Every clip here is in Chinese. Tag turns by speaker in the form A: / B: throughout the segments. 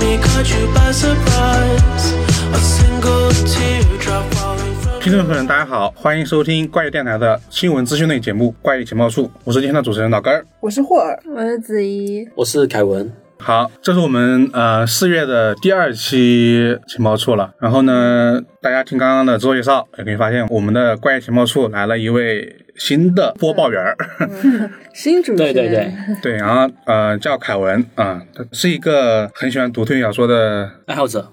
A: you by surprise. A single teardrop falling from
B: 听众朋友们，大家好，欢迎收听怪异电台的新闻资讯类节目《怪异情报处》，我是今天的主持人老根儿。
C: 我是霍尔，
D: 我是子怡，
E: 我是凯文，
B: 好，这是我们呃四月的第二期情报处了。然后呢，大家听刚刚的自我介绍，也可以发现我们的怪异情报处来了一位新的播报员儿。
D: 新主持
E: 对
D: 人，
E: 对对，
B: 对，然后呃叫凯文啊、他是一个很喜欢读推理小说的
E: 爱好者，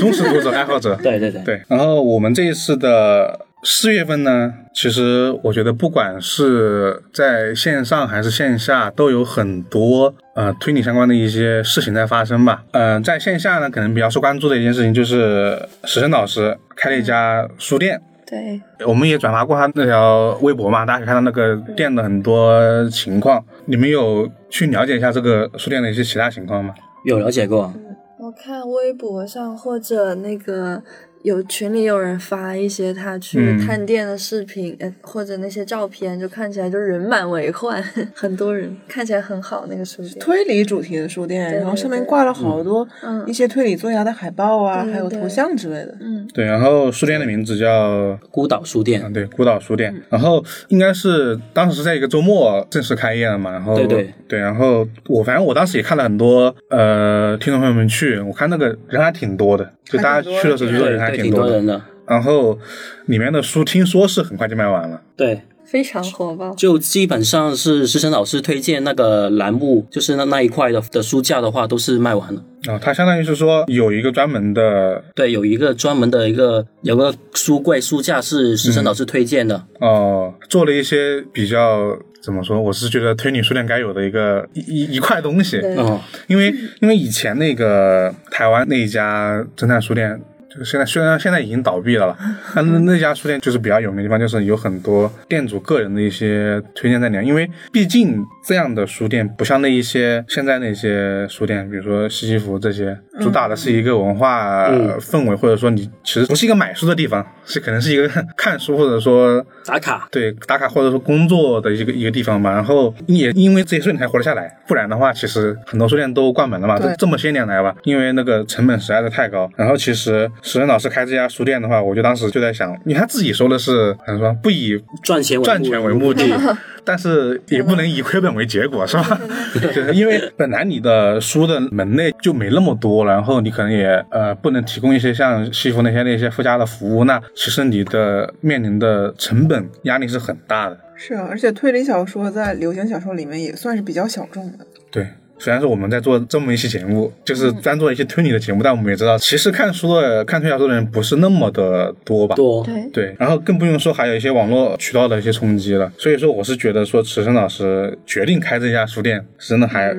B: 忠实读者爱好者。
E: 对对对，
B: 对，然后我们这一次的四月份呢，其实我觉得不管是在线上还是线下，都有很多呃推理相关的一些事情在发生吧。嗯、在线下呢，可能比较受关注的一件事情就是石生老师开了一家书店。
D: 对
B: 我们也转发过他那条微博嘛，大家可以看到那个店的很多情况。你们有去了解一下这个书店的一些其他情况吗？
E: 有了解过，
D: 我看微博上或者那个有群里有人发一些他去
B: 嗯
D: 探店的视频，呃或者那些照片，就看起来就人满为患， 很多人看起来很好那个书店。
C: 推理主题的书店，
D: 对
C: 然后上面
D: 对
C: 挂了好多
D: 嗯
C: 一些推理作家的海报啊，
D: 对
C: 还有
D: 对
C: 头像之类的。
D: 嗯，
B: 对，然后书店的名字叫
E: 孤岛书店
B: 嗯，，对，孤岛书店，然后应该是当时是在一个周末正式开业了嘛，然后
E: 对对
B: 然后我反正我当时也看了很多呃听众朋友们去，我看那个人还挺多的，就大家
C: 还挺多
B: 去的时候就
C: 对
B: 是
E: 对
B: 人还
E: 对，
B: 挺
E: 挺多
B: 的，
E: 人的，
B: 然后里面的书听说是很快就卖完了，
E: 对，
D: 非常火爆。
E: 就基本上是师生老师推荐那个栏目，就是那那一块的的书架的话，都是卖完了。
B: 然后啊它相当于是说有一个专门的
E: 对，有一个专门的一个有个书柜书架是师生老师推荐的，
B: 哦、做了一些比较怎么说，我是觉得推理书店该有的一个一一一块东西，
D: 对，
E: 哦，
B: 因为因为以前那个台湾那一家侦探书店，就是现在虽然现在已经倒闭了啦，但是那家书店就是比较有名的地方，就是有很多店主个人的一些推荐在里面。因为毕竟这样的书店不像那一些现在那些书店，比如说西西弗这些，主打的是一个文化
E: 嗯
B: 氛围，或者说你其实不是一个买书的地方，是可能是一个 看书或者说
E: 打卡，
B: 对打卡或者说工作的一个一个地方吧，然后也因为这些书店才活得下来，不然的话，其实很多书店都关门了嘛。
C: 对
B: 这这么些年来吧，因为那个成本实在是太高。然后其实史任老师开这家书店的话，我就当时就在想，因为他自己说的是怎么说，不以
E: 赚钱为
B: 赚
E: 目
B: 钱为目的，但是也不能以亏本为结果，是吧？就是 因为本来你的书的门类就没那么多，然后你可能也呃不能提供一些像西服那些那些附加的服务，那其实你的面临的成本压力是很大的。
C: 是啊，而且推理小说在流行小说里面也算是比较小众的。
B: 对，虽然说我们在做这么一期节目，就是专做一些推理的节目，但我们也知道，其实看书的、看推理小说的人不是那么的多吧？
E: 多，
D: 对，
B: 对，然后更不用说还有一些网络渠道的一些冲击了。所以说，我是觉得说池生老师决定开这家书店，真的还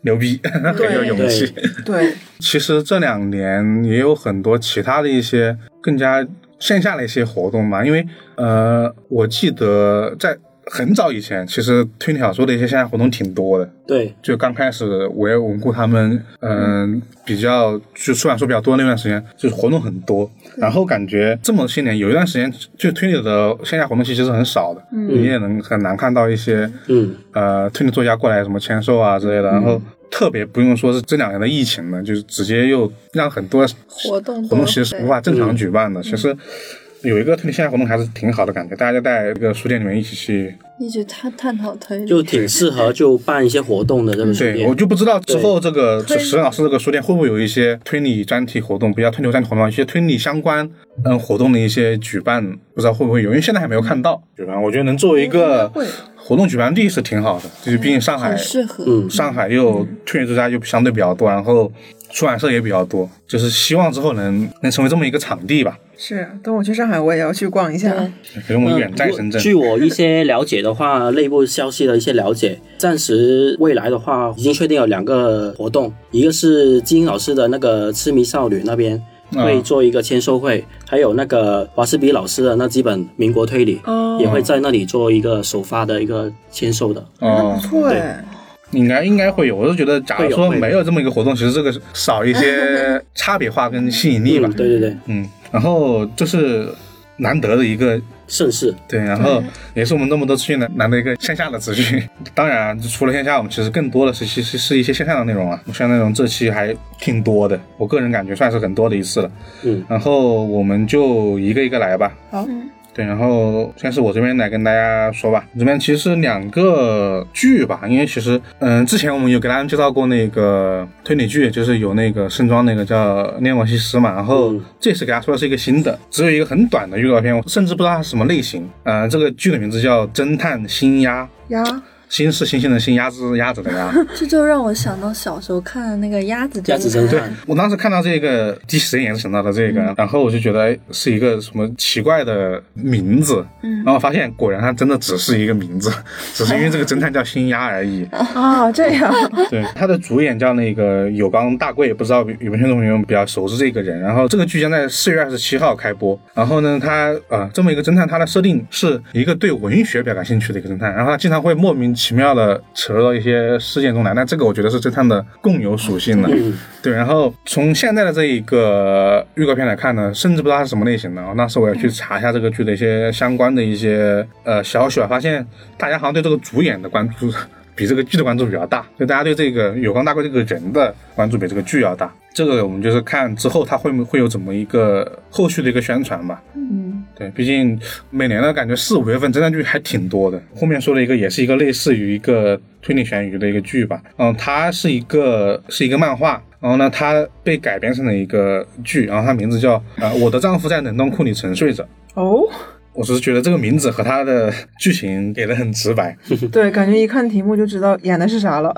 B: 牛逼， 很有勇气。
C: 对，
B: 其实这两年也有很多其他的一些更加线下的一些活动嘛，因为呃，我记得在很早以前，其实推理小说的一些线下活动挺多的。
E: 对
B: 就刚开始我也文库他们，嗯、比较就出版书比较多那段时间，就是活动很多。然后感觉这么些年，有一段时间就推理的线下活动其实是很少的，
D: 嗯
B: 你也能很难看到一些
E: 嗯，
B: 呃推理作家过来什么签售啊之类的。然后特别不用说是这两年的疫情呢，就是直接又让很多
D: 活动
B: 活
D: 多
B: 动其实是
D: 对嗯
B: 无法正常举办的。其实有一个推理线下活动还是挺好的感觉，大家就在这个书店里面一起去
D: 一直探探讨推理，
E: 就挺适合就办一些活动的这个书
B: 对，我
E: 店，
B: 就不知道之后这个
D: 推理
B: 石老师这个书店会不会有一些推理专题活动，不要推理专题活动，一些推理相关嗯活动的一些举办，不知道会不会有，因为现在还没有看到举办。我觉得能 作为一
D: 嗯
B: 个
C: 会
B: 活动举办地是挺好的，就是毕竟上海
D: 很适合。
E: 嗯，
B: 上海又推理作家又相对比较多，然后出版社也比较多，就是希望之后能能成为这么一个场地吧。
C: 是啊，等我去上海，我也要去逛一下。
D: 对
B: 可能我们远在深圳，
E: 嗯据我一些了解的话，内部消息的一些了解，暂时未来的话，已经确定有两个活动，一个是金英老师的那个痴迷少女那边
B: 啊
E: 会做一个签售会，还有那个华士比老师的那几本民国推理。
C: 哦，
E: 也会在那里做一个首发的一个签售的，
C: 那
B: 哦
C: 不，错哎，
B: 应该应该会有。我是觉得，假如说
E: 嗯会有会有
B: 没有这么一个活动，其实这个少一 些
E: 嗯
B: 差别化跟吸引力吧
E: 嗯，。对对对，
B: 嗯，然后这是难得的一个
E: 盛世。
B: 对，然后也是我们这么多资讯的难得一个线下的资讯。 当然，除了线下，我们其实更多的是其实是一些线上的内容啊。像内容这期还挺多的，我个人感觉算是很多的一次了。
E: 嗯，
B: 然后我们就一个一个来吧。
C: 好，
B: 对，然后先是我这边来跟大家说吧，嗯这边其实两个剧吧，因为其实嗯、之前我们有给大家介绍过那个推理剧，就是有那个盛装那个叫《恋魔西斯》嘛，然后
E: 嗯
B: 这次给大家说的是一个新的，只有一个很短的预告片，我甚至不知道它是什么类型。嗯、这个剧的名字叫《侦探新鸭》，
C: 呀，
B: 新是星星的新，鸭子鸭子的鸭。
D: 这就让我想到小时候看的那个鸭子
E: 价值侦
D: 探，
E: 探，
B: 我当时看到这个，第一时间也是想到了这
C: 嗯
B: 个，然后我就觉得哎是一个什么奇怪的名字，嗯，然后发现果然它真的只是一个名字，只是因为这个侦探叫新鸭而 已。
C: 啊，这样，
B: 对，它的主演叫那个友冈大贵，不知道有没有听众朋友们比较熟知这个人。然后这个剧将在四月二十七号开播。然后呢，他呃这么一个侦探，他的设定是一个对文学比较感兴趣的一个侦探，然后他经常会莫名其妙的扯入到一些事件中来。那这个我觉得是侦探的共有属性了。
E: 嗯，
B: 对，然后从现在的这一个预告片来看呢，甚至不知道它是什么类型的。当时我也去查一下这个剧的一些相关的一些呃消息啊，发现大家好像对这个主演的关注比这个剧的关注比较大，就大家对这个有关大贵这个人的关注比这个剧要大。这个我们就是看之后它会会有怎么一个后续的一个宣传吧。
C: 嗯，
B: 对，毕竟每年的感觉四五月份侦探剧还挺多的。后面说了一个，也是一个类似于一个推理悬疑的一个剧吧。嗯，它是一个是一个漫画，然后呢，它被改编成了一个剧，然后它名字叫呃，我的丈夫在冷冻库里沉睡着。
C: 哦，
B: 我只是觉得这个名字和它的剧情给的很直白。
C: 对，感觉一看题目就知道演的是啥了。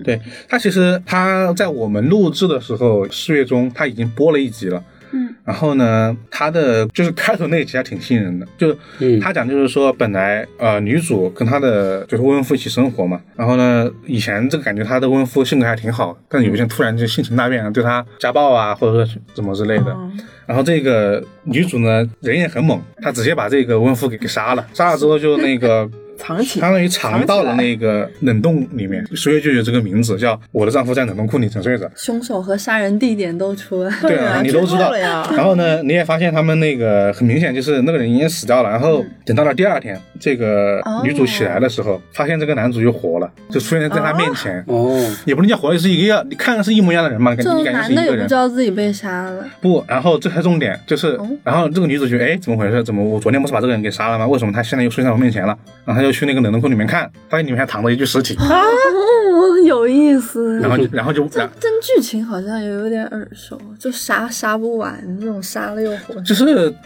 B: 对，它其实它在我们录制的时候，四月中它已经播了一集了。
D: 嗯，
B: 然后呢，它的就是开头那一集还挺吸引人的，就是
E: 嗯
B: 他讲就是说，本来呃女主跟她的就是未婚夫一起生活嘛，然后呢，以前这个感觉她的未婚夫性格还挺好，但是有一天突然就性情大变，对她家暴啊，或者说怎么之类的。
C: 嗯
B: 然后这个女主呢，人也很猛，她直接把这个未婚夫给给杀了，杀了之后就那个
C: 藏起
B: 相当于藏到了那个冷冻里面，所以就有这个名字叫《我的丈夫在冷冻库里沉睡着》。
D: 凶手和杀人地点都出来，
B: 对
C: 啊
B: 啊，你都知
C: 知道
B: 道
C: 了呀
B: 然后呢，你也发现他们那个很明显就是那个人已经死掉了。然后
D: 嗯
B: 等到了第二天，这个
D: 哦
B: 女主起来的时候，发现这个男主又活了，就出现在她面前。
E: 哦，
B: 也不能叫活了，是一个样，你看着是一模一样的人嘛，感
D: 这
B: 觉
D: 种
B: 你
D: 哦
B: 感觉是一
D: 男的也
B: 个
D: 不
B: 人
D: 知。道自己被杀了，
B: 不，然后这才重点，就是，然后这个女主角，哎，怎么回事？怎么我昨天不是把这个人给杀了吗？为什么他现在又出现在我面前了？然后她就去那个冷冻库里面看，发现里面还躺着一具尸体，
D: 哦，有意思。
B: 然后就，然后就，然
D: 但但剧情好像也有点耳熟，就杀杀不完这种杀了又活。
B: 就是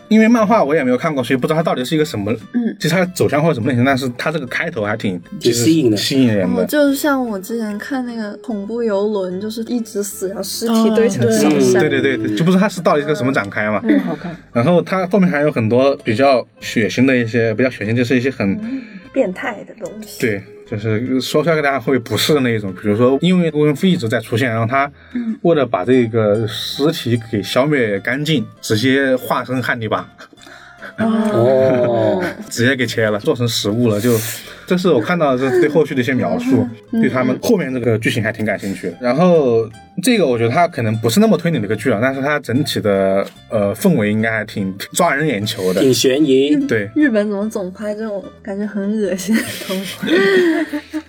B: 因为漫画我也没有看过，所以不知道它到底是一个什么，
D: 嗯，
B: 就是它的走向或者什么类型，但是它这个开头还挺
E: 挺吸引的
B: 吸引人
D: 哦，
B: 的。
D: 就像我之前看那个恐怖游轮，就是一直死，然后尸体堆成小
E: 嗯
D: 山。
B: 对对对，就不知道它是到底是个什么展开嘛。
C: 嗯，好看，
B: 然后它后面还有很多比较血腥的一些，比较血腥就是一些很
D: 变态的东西。
B: 对，就是说出来给大家会不适的那一种。比如说，因为温夫一直在出现，然后他为了把这个尸体给消灭干净，直接化身汉尼拔，
E: 哦，
B: 直接给切了，做成食物了。就这是我看到的这对后续的一些描述，对他们后面这个剧情还挺感兴趣的。然后这个我觉得它可能不是那么推理的一个剧啊，但是它整体的呃氛围应该还挺挺抓人眼球的。
E: 挺悬疑，
B: 对，
D: 日本怎么总拍这种感觉很恶心的东西？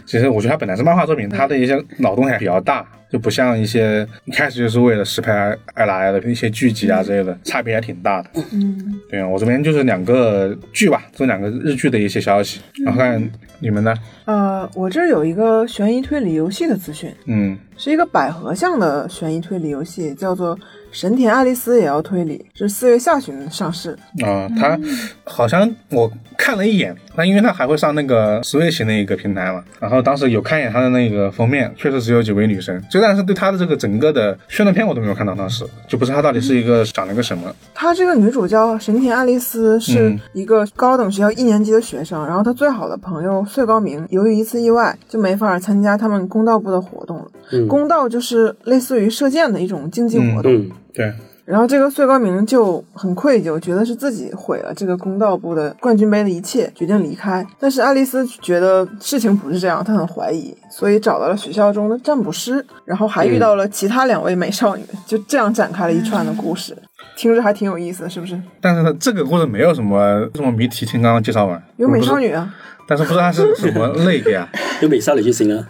B: 其实我觉得它本来是漫画作品，它的一些脑洞还比较大，就不像一些一开始就是为了实拍而来的一些剧集啊之类的，差别还挺大的。
C: 嗯，
B: 对啊，我这边就是两个剧吧，这两个日剧的一些消息，然后看你们呢？
C: 呃，我这儿有一个悬疑推理游戏的资讯，
B: 嗯，
C: 是一个百合向的悬疑推理游戏，叫做《神田爱丽丝也要推理》，是四月下旬上市。
B: 啊、它
C: 嗯
B: 好像我看了一眼，那因为它还会上那个 Switch 那个平台嘛，然后当时有看一眼它的那个封面，确实只有几位女生，就但是对它的这个整个的宣传片我都没有看到，当时就不知道它到底是一个讲了个什么。
C: 她这个女主叫神田爱丽丝，是
E: 嗯
C: 一个高等学校一年级的学生。然后她最好的朋友穗高明，由于一次意外，就没法参加他们公道部的活动了。
E: 嗯
C: 公道就是类似于射箭的一种竞技活动。
E: 嗯，
B: 对，
C: 然后这个穗高明就很愧疚，觉得是自己毁了这个公道部的冠军杯的一切，决定离开。但是爱丽丝觉得事情不是这样，她很怀疑，所以找到了学校
B: 嗯
C: 中的占卜师，然后还遇到了其他两位美少女，就这样展开了一串的故事。听着还挺有意思的，是不是？
B: 但是呢，这个故事没有什么什么谜题，听刚刚介绍完
C: 有美少，
B: 我不知
C: 女啊，
B: 但是不知道它是什么类别啊。
E: 有美少女就行 了。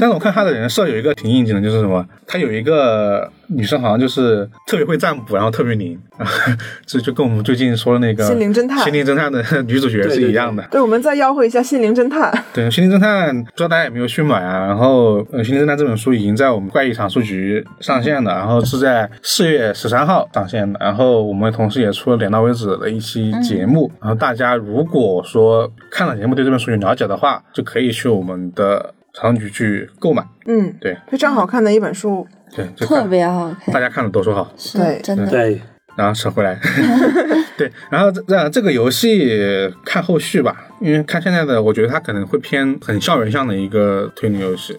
B: 但 是我看他的人设有一个挺应景的，就是什么，他有一个女生好像就是特别会占卜，然后特别灵， 这就跟我们最近说的那个
C: 心灵侦探
B: 心灵侦探的女主角是一样的。
C: 对，我们再吆喝一下《心灵侦探》
B: 对，心灵侦探不知道大家有没有去买啊？然后，呃，心灵侦探这本书已经在我们怪异藏书局上线了，然后是在四月十三号上线的。然后我们同时也出了点到为止的一期
C: 嗯
B: 节目。然后大家如果说看了节目对这本书有了解的话，就可以去我们的藏书局去购买。
C: 嗯，
B: 对
C: 非常好看的一本书。
B: 对，就看
D: 特别好看，
B: 大家看了都说好。
D: 是
C: 对
D: 真的。
E: 对，
B: 然后扯回来， 对，然后这这这个游戏看后续吧，因为看现在的，我觉得它可能会偏很校园向的一个推理游戏。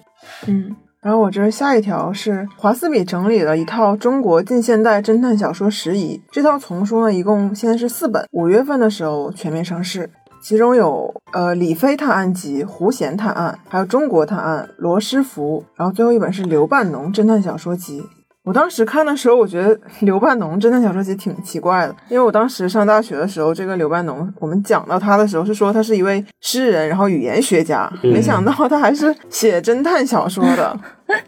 C: 嗯，然后我这下一条是华斯比整理了一套中国近现代侦探小说拾遗，这套丛书呢一共现在是四本，五月份的时候全面上市。其中有呃李飞探案集、胡贤探案，还有中国探案、罗斯福，然后最后一本是刘半农侦探小说集。我当时看的时候，我觉得刘半农侦探小说集挺奇怪的，因为我当时上大学的时候，这个刘半农，我们讲到他的时候是说他是一位诗人，然后语言学家，
E: 嗯
C: 没想到他还是写侦探小说的。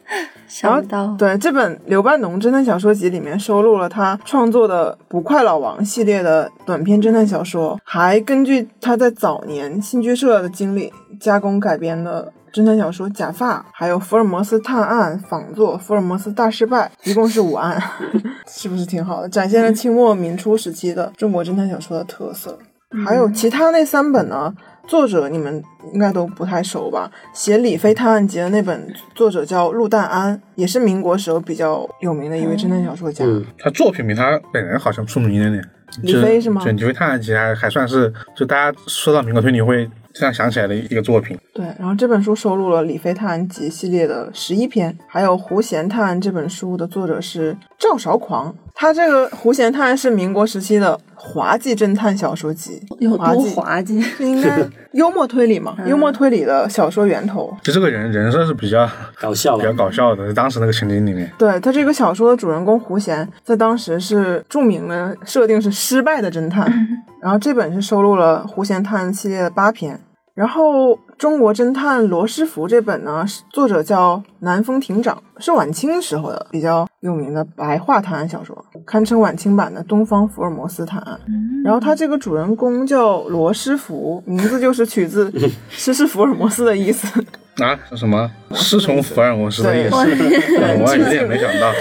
C: 然
D: 想
C: 后
D: 不到，
C: 对这本刘半农侦探小说集里面收录了他创作的《不快老王》系列的短篇侦探小说，还根据他在早年新剧社的经历加工改编的。侦探小说《假发》，还有《福尔摩斯探案》仿作《福尔摩斯大失败》，一共是五案， 是不是挺好的？展现了清末民初时期的中国侦探小说的特色。还有其他那三本呢，作者你们应该都不太熟吧？写《李飞探案集》的那本作者叫陆淡安，也是民国时候比较有名的一位侦探小说家。
E: 嗯，
B: 他作品比他本人好像出名一点点。
C: 李
B: 就
C: 飞是吗
B: 对，李飞探案集还还算是，就大家说到民国推理会这样想起来的一个作品。
C: 对，然后这本书收录了《李飞探案集》系列的十一篇，还有《胡贤探案》这本书的作者是赵韶狂。他这个《胡贤探案》是民国时期的滑稽侦探小说集，
D: 有
C: 滑
D: 多
C: 稽，
D: 滑嗯稽，
C: 就应该幽默推理嘛，幽默推理的小说源头。
B: 就这个人人设是比较
E: 搞笑啊
B: 比较
E: 了。
B: 搞笑的，当时那个情景里面，
C: 对他这个小说的主人公胡贤，在当时是著名的设定是失败的侦探， 然后这本是收录了胡贤探案系列的八篇。然后《中国侦探罗斯福》这本呢，是作者叫南风亭长，是晚清时候的比较有名的白话探案小说，堪称晚清版的《东方福尔摩斯探案》。然后他这个主人公叫罗斯福，名字就是取自 诗是福尔摩斯的意思。
B: 啊，什 么师从福尔摩斯的意思， 嗯我有点没想到。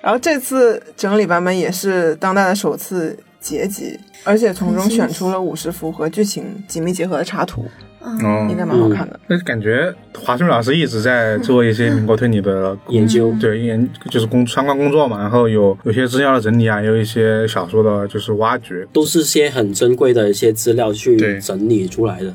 C: 然后这次整理版本也是当代的首次结集，而且从中选出了五十幅和剧情紧密结合的插图，
D: 嗯
B: 哦
C: 应该蛮好看的。
B: 那感觉华顺老师一直在做一些民国推理的
E: 研究
B: 对研就是工相关工作嘛，然后有有些资料的整理啊，也有一些小说的就是挖掘。
E: 都是些很珍贵的一些资料
B: 对
E: 去整理出来的。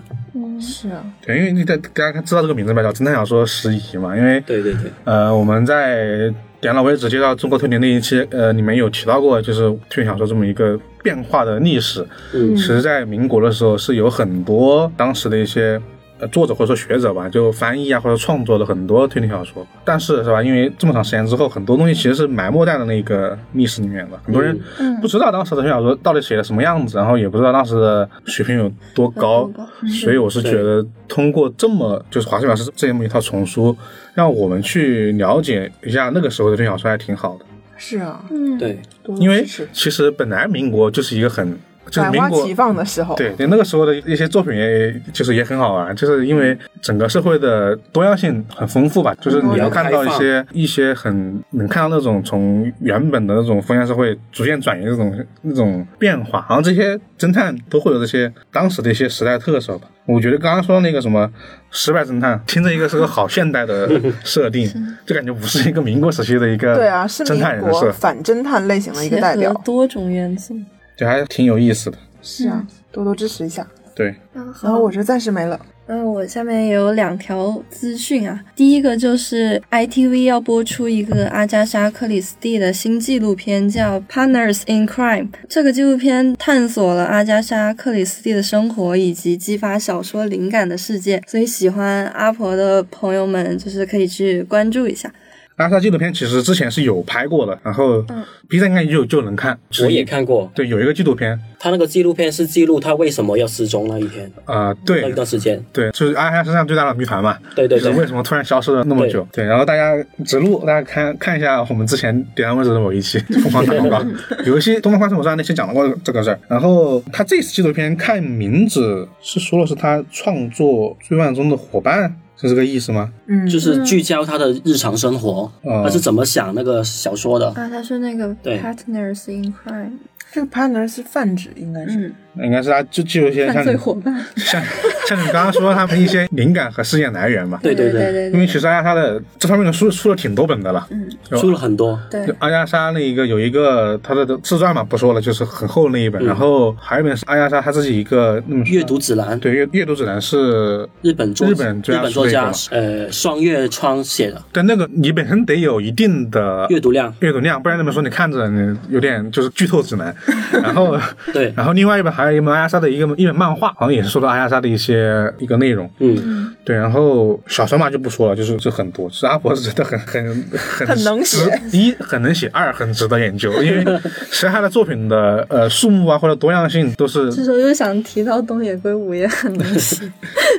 C: 是啊，
B: 对，因为你在大家知道这个名字吧，叫侦探小说拾遗嘛，因为
E: 对对对，
B: 呃我们在点到为止介绍中国推理那一期，呃里面有提到过，就是推理小说这么一个变化的历史。
E: 嗯
B: 其实，在民国的时候是有很多当时的一些呃作者或者说学者吧，就翻译啊或者创作了很多推理小说，但是是吧？因为这么长时间之后，很多东西其实是埋没在了那个历史里面的，很多
E: 嗯
B: 人
C: 嗯
D: 嗯
B: 不知道当时的推理小说到底写的什么样子，然后也不知道当时的水平有多高
D: 有多高，
C: 嗯
B: 所以我是觉得通过这么就是华西老师这么一套丛书，让我们去了解一下那个时候的推理小说还挺好的。
C: 是啊，
D: 嗯
E: 对，
C: 多
B: 因为
C: 支持
B: 其实本来民国就是一个很就是
C: 啊百
B: 民
C: 花
B: 国
C: 齐放的时候，
B: 对对，那个时候的一些作品也就是也很好玩，就是因
C: 嗯
B: 为整个社会的多样性很丰富吧，就是你能看到一些一些很能看到那种从原本的那种封建社会逐渐转移的那种那种变化，然后这些侦探都会有这些当时的一些时代特色吧。我觉得刚刚说那个什么失败侦探，听着一个是个好现代 的设定，就感觉不是一个民国时期的一个
C: 对啊，是
B: 侦探
C: 民
B: 人
C: 国
B: 设，
C: 反侦探类型的一个
D: 结
C: 代
D: 合
C: 表。
D: 多种元素，
B: 就还挺有意思的。
C: 是啊，嗯多多支持一下。
B: 对，
D: 然
C: 然后我这暂时没了，
D: 嗯，我下面有两条资讯啊。第一个就是 ITV 要播出一个阿加莎·克里斯蒂的新纪录片，叫《Partners in Crime》。这个纪录片探索了阿加莎·克里斯蒂的生活以及激发小说灵感的世界，所以喜欢阿婆的朋友们就是可以去关注一下。
B: 阿萨纪录片其实之前是有拍过的，然后
D: 嗯
B: B 站应该就就能看。
E: 我也看过，
B: 对，有一个纪录片，
E: 他那个纪录片是记录他为什么要失踪那一天，
B: 啊，
E: 那
B: 对
E: 一段时间。
B: 对，就是阿夏身上最大的谜团嘛。
E: 对嗯对
B: 就是为
E: 对，
B: 什么突然消失了那么久？对，然后大家指路，大家看看一下我们之前点赞位置的某一期疯狂打广 告，有一期《东方快生活》上那期讲过这个事儿。然后他这次纪录片看名字是说了是他创作《罪犯中的伙伴》，是这个意思吗？
C: 嗯，
E: 就是聚焦他的日常生活，
B: 哦
E: 他是怎么想那个小说的。
D: 啊，他是那个
E: 对
D: partners in crime，
C: 这个 partner 是泛指，应该是。
D: 嗯，
B: 那应该是他就就有一些
D: 犯
B: 像
D: 罪
B: 你
D: 伙伴。
B: 像像你刚刚说他们一些灵感和事件来源吧。
E: 对
D: 对
E: 对，
D: 对
B: 因为其实阿加莎的这方面的书出了挺多本的了，对
E: 出了很多。
D: 对
B: 就
D: 对
B: 阿加莎那一个有一个她的自传嘛，不说了，就是很厚那一本，
E: 嗯
B: 然后还有一本是阿加莎她自己一个那么
E: 阅读指南，
B: 对阅阅读指南是
E: 日本作
B: 日本作
E: 日
B: 家
E: 本作家
B: 出
E: 呃双月川写的，
B: 对那个你本身得有一定的
E: 阅读量。
B: 阅读量，不然那本书你看着你有点就是剧透指南。然后
E: 对，
B: 然后另外一本还有一本阿加莎的一个一本漫画，好像也是说到阿加莎的一些一个内容。
E: 嗯，
B: 对，然后小说嘛就不说了，就是就很多。其实阿婆是真的很很很
C: 很能
B: 值
C: 写，
B: 一很能写，二很值得研究，因为其实他的作品的呃数目啊或者多样性都是
D: 这时候又想提到东野圭吾也很能 写，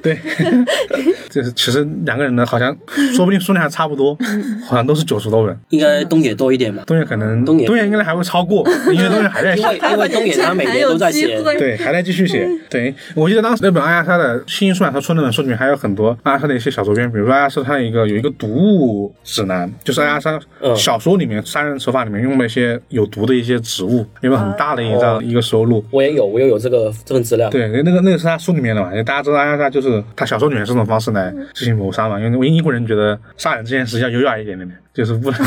B: 对， 就是其实两个人呢好像说不定数量还差不多，好像都是九十多本，
E: 应该东野多一点嘛，
B: 东野可能
E: 东野
B: 东野应该还会超过，因为东野 还在
E: 因
B: 写。
E: 为因为东野他每
D: 还
E: 年
D: 有
E: 都在
D: 机
E: 写。
D: 会。
B: 对，还在继续写。对，我记得当时那本阿亚莎的新出版社出那本书里面还有很多阿亚莎的一些小周边，比如说阿亚莎她有一个有一个读物指南，就是阿亚莎
E: 嗯
B: 小说里面杀人手法里面用的一些有毒的一些植物，因为很大的一张、
E: 哦
B: 一个收录。
E: 我也有，我也有这个这份资料。
B: 对，那个那个是他书里面的嘛，因为大家知道阿亚莎就是他小说里面是这种方式来进行谋杀嘛，因为英国人觉得杀人这件事要优雅一点点，就是 不能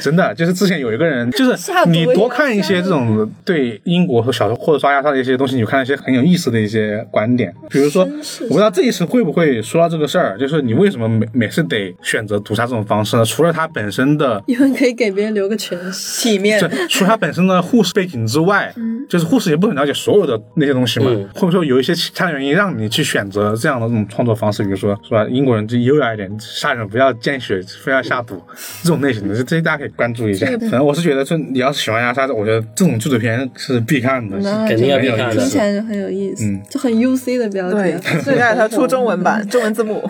B: 真的就是之前有一个人，就是
D: 下毒
B: 你
D: 也
B: 多
D: 要
B: 看一
D: 杀
B: 些
D: 人
B: 这种对英国和小说或者说阿亚莎的一些东西，你看到一些很有意思的一些观点，比如说
D: 绅士
B: 我不知道这一次会不会说到这个事儿，就是你为什么每每次得选择屠杀这种方式呢？除了它本身的
D: 因为可以给别人留个全尸。
C: 体 面
B: 这除了他本身的护士背景之外，就是护士也不很了解所有的那些东西嘛，
E: 嗯
B: 或者说有一些其他的原因让你去选择这样的这种创作方式，比如说是吧，英国人就优雅一点，杀人不要见血，非要下毒、这种类型的，这这些大家可以关注一下。反正我是觉得，这你要是喜欢阿莎，我觉得这种纪录片是必看的，
D: 那
B: 是
E: 肯定要
B: 很
E: 必
B: 有
E: 看
B: 意
E: 的
D: 听
B: 思嗯
D: 起。来就很有意思，就很 UC 的标
C: 对
D: 题。，
C: 最爱它出中 文版，中文字幕。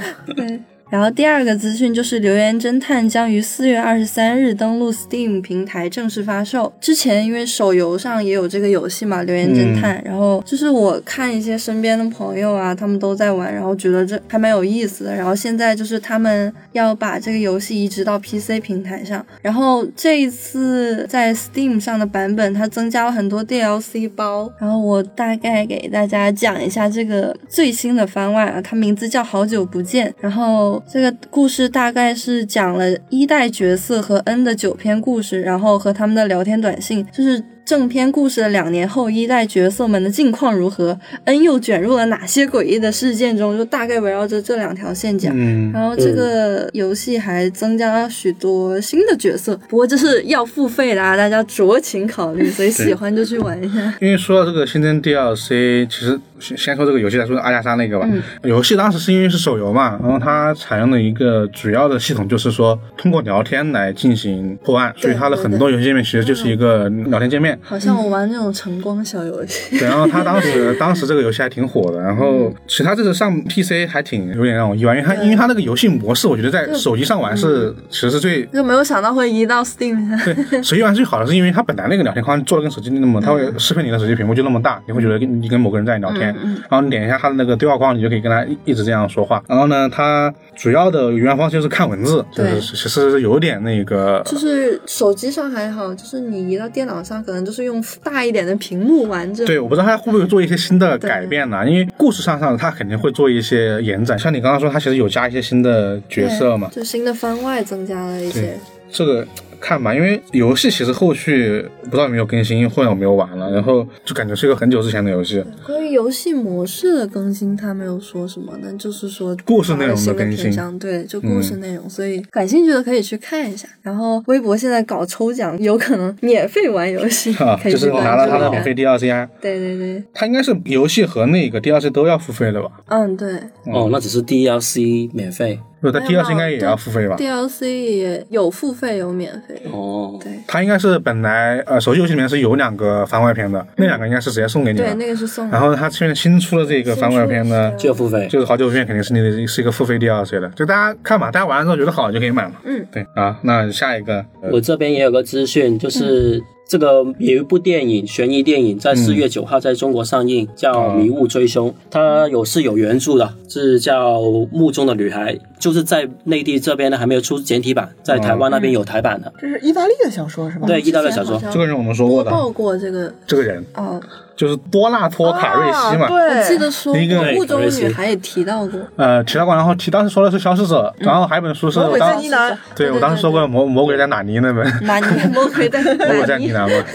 D: 然后第二个资讯就是《留言侦探》将于四月二十三日登陆 Steam 平台正式发售。之前因为手游上也有这个游戏嘛，《留言侦探》
B: 嗯
D: 然后就是我看一些身边的朋友啊，他们都在玩，然后觉得这还蛮有意思的。然后现在就是他们要把这个游戏移植到 PC 平台上，然后这一次在 Steam 上的版本，它增加了很多 DLC 包。然后我大概给大家讲一下这个最新的番外啊，它名字叫《好久不见》。然后这个故事大概是讲了一代角色和 N 的九篇故事，然后和他们的聊天短信，就是。正片故事的两年后，一代角色们的近况如何？N 又卷入了哪些诡异的事件中？就大概围绕着这两条线讲。
B: 嗯，
D: 然后这个游戏还增加了许多新的角色，不过这是要付费的、啊，大家酌情考虑，所以喜欢就去玩一下。
B: 因为说到这个新增 DLC，其实先先说这个游戏，再说阿加莎那个吧。
D: 嗯
B: 游戏当时是因为是手游嘛，然后它采用的一个主要的系统就是说通过聊天来进行破案，所以它的很多游戏界面其实就是一个聊天界面。
D: 好像我玩那种晨光小游戏，
B: 对，然后它当时当时这个游戏还挺火的，然后其实它这次上 PC 还挺有点让我意外，因为它因为它那个游戏模式，我觉得在手机上玩是其实是最
D: 就没有想到会移到 Steam 上。
B: 手机玩最好的是因为它本来那个聊天框做的跟手机那么，
D: 嗯
B: 它会适配你的手机屏幕就那么大，你会觉得跟你跟某个人在聊天，
D: 嗯
B: 然后你点一下它的那个对话框，你就可以跟他一一直这样说话。然后呢，它主要的语言方式就是看文字，就
D: 对
B: 是其实是有点那个。
D: 就是手机上还好，就是你移到电脑上，可能就是用大一点的屏幕玩这。
B: 对，我不知道它会不会做一些新的
D: 对
B: 改变呢、啊因为故事上上它肯定会做一些延展，像你刚刚说，它其实有加一些新的角色嘛，
D: 就新的番外增加了一些
B: 对，这个看吧，因为游戏其实后续不知道有没有更新，或者有没有玩了，然后就感觉是一个很久之前的游戏。
D: 关于游戏模式的更新，他没有说什么，但就是说
B: 故事内容的
D: 新的
B: 更新嗯
D: 篇章，对，就故事内容，所以感兴趣的可以去看一下。然后微博现在搞抽奖，有可能免费玩游戏，
B: 啊，
D: 可以
B: 就是
D: 去
B: 拿了
D: 关
B: 他的
D: 注一
B: 免
D: 下
B: 费。DLC 啊，
D: 对对对，
B: 它应该是游戏和那个 DLC 都要付费的吧？
D: 嗯对，
E: 哦，那只是 DLC 免费，
B: 不，它第二次应该也要付费吧？
D: DLC 也有付费有免费的，
E: 哦，
D: 对
B: 它应该是本来呃手机游戏里面是有两个番外篇的，那两个应该是直接送给你
D: 对，
B: 的。
D: 那个是送的。
B: 然后它现在新出了这个番外篇呢，
E: 就要付费。
B: 就是好久不见，肯定是你的是一个付费 DLC 了。就大家看吧，大家玩了之后觉得好就可以买嘛。
D: 嗯，
B: 对啊，那下一个，呃嗯
E: 我这边也有个资讯，就是这个有一部电影，悬疑电影，在四月九号在中国上
B: 嗯
E: 映，叫《迷雾追凶》，它有是有原著的，是叫《墓中的女孩》，就是在内地这边呢还没有出简体版，
B: 哦
E: 在台湾那边有台版的。
C: 这是意大利的小说
B: 嗯
C: 是吧？
E: 对，，意大利
D: 之前
E: 小
D: 好
E: 说，
D: 像
B: 这个人我们说过的，
D: 报过这个
B: 这个人
D: 哦，
B: 就是多纳托卡瑞西嘛。
D: 我记
C: 啊对，
D: 得说
B: 一个
D: 过雾中
E: 对
D: 女孩也提到过，
B: 呃，提到过，然后提当时说的是消失者，
D: 嗯
B: 然后还有一本书是
C: 魔
B: 我
C: 鬼在
B: 当
C: 呢喃，
B: 对嗯我当时说过魔魔鬼在哪里那本，
D: 南 泥魔鬼 在
B: 魔鬼在呢
D: 南泥，
B: 喃嘛，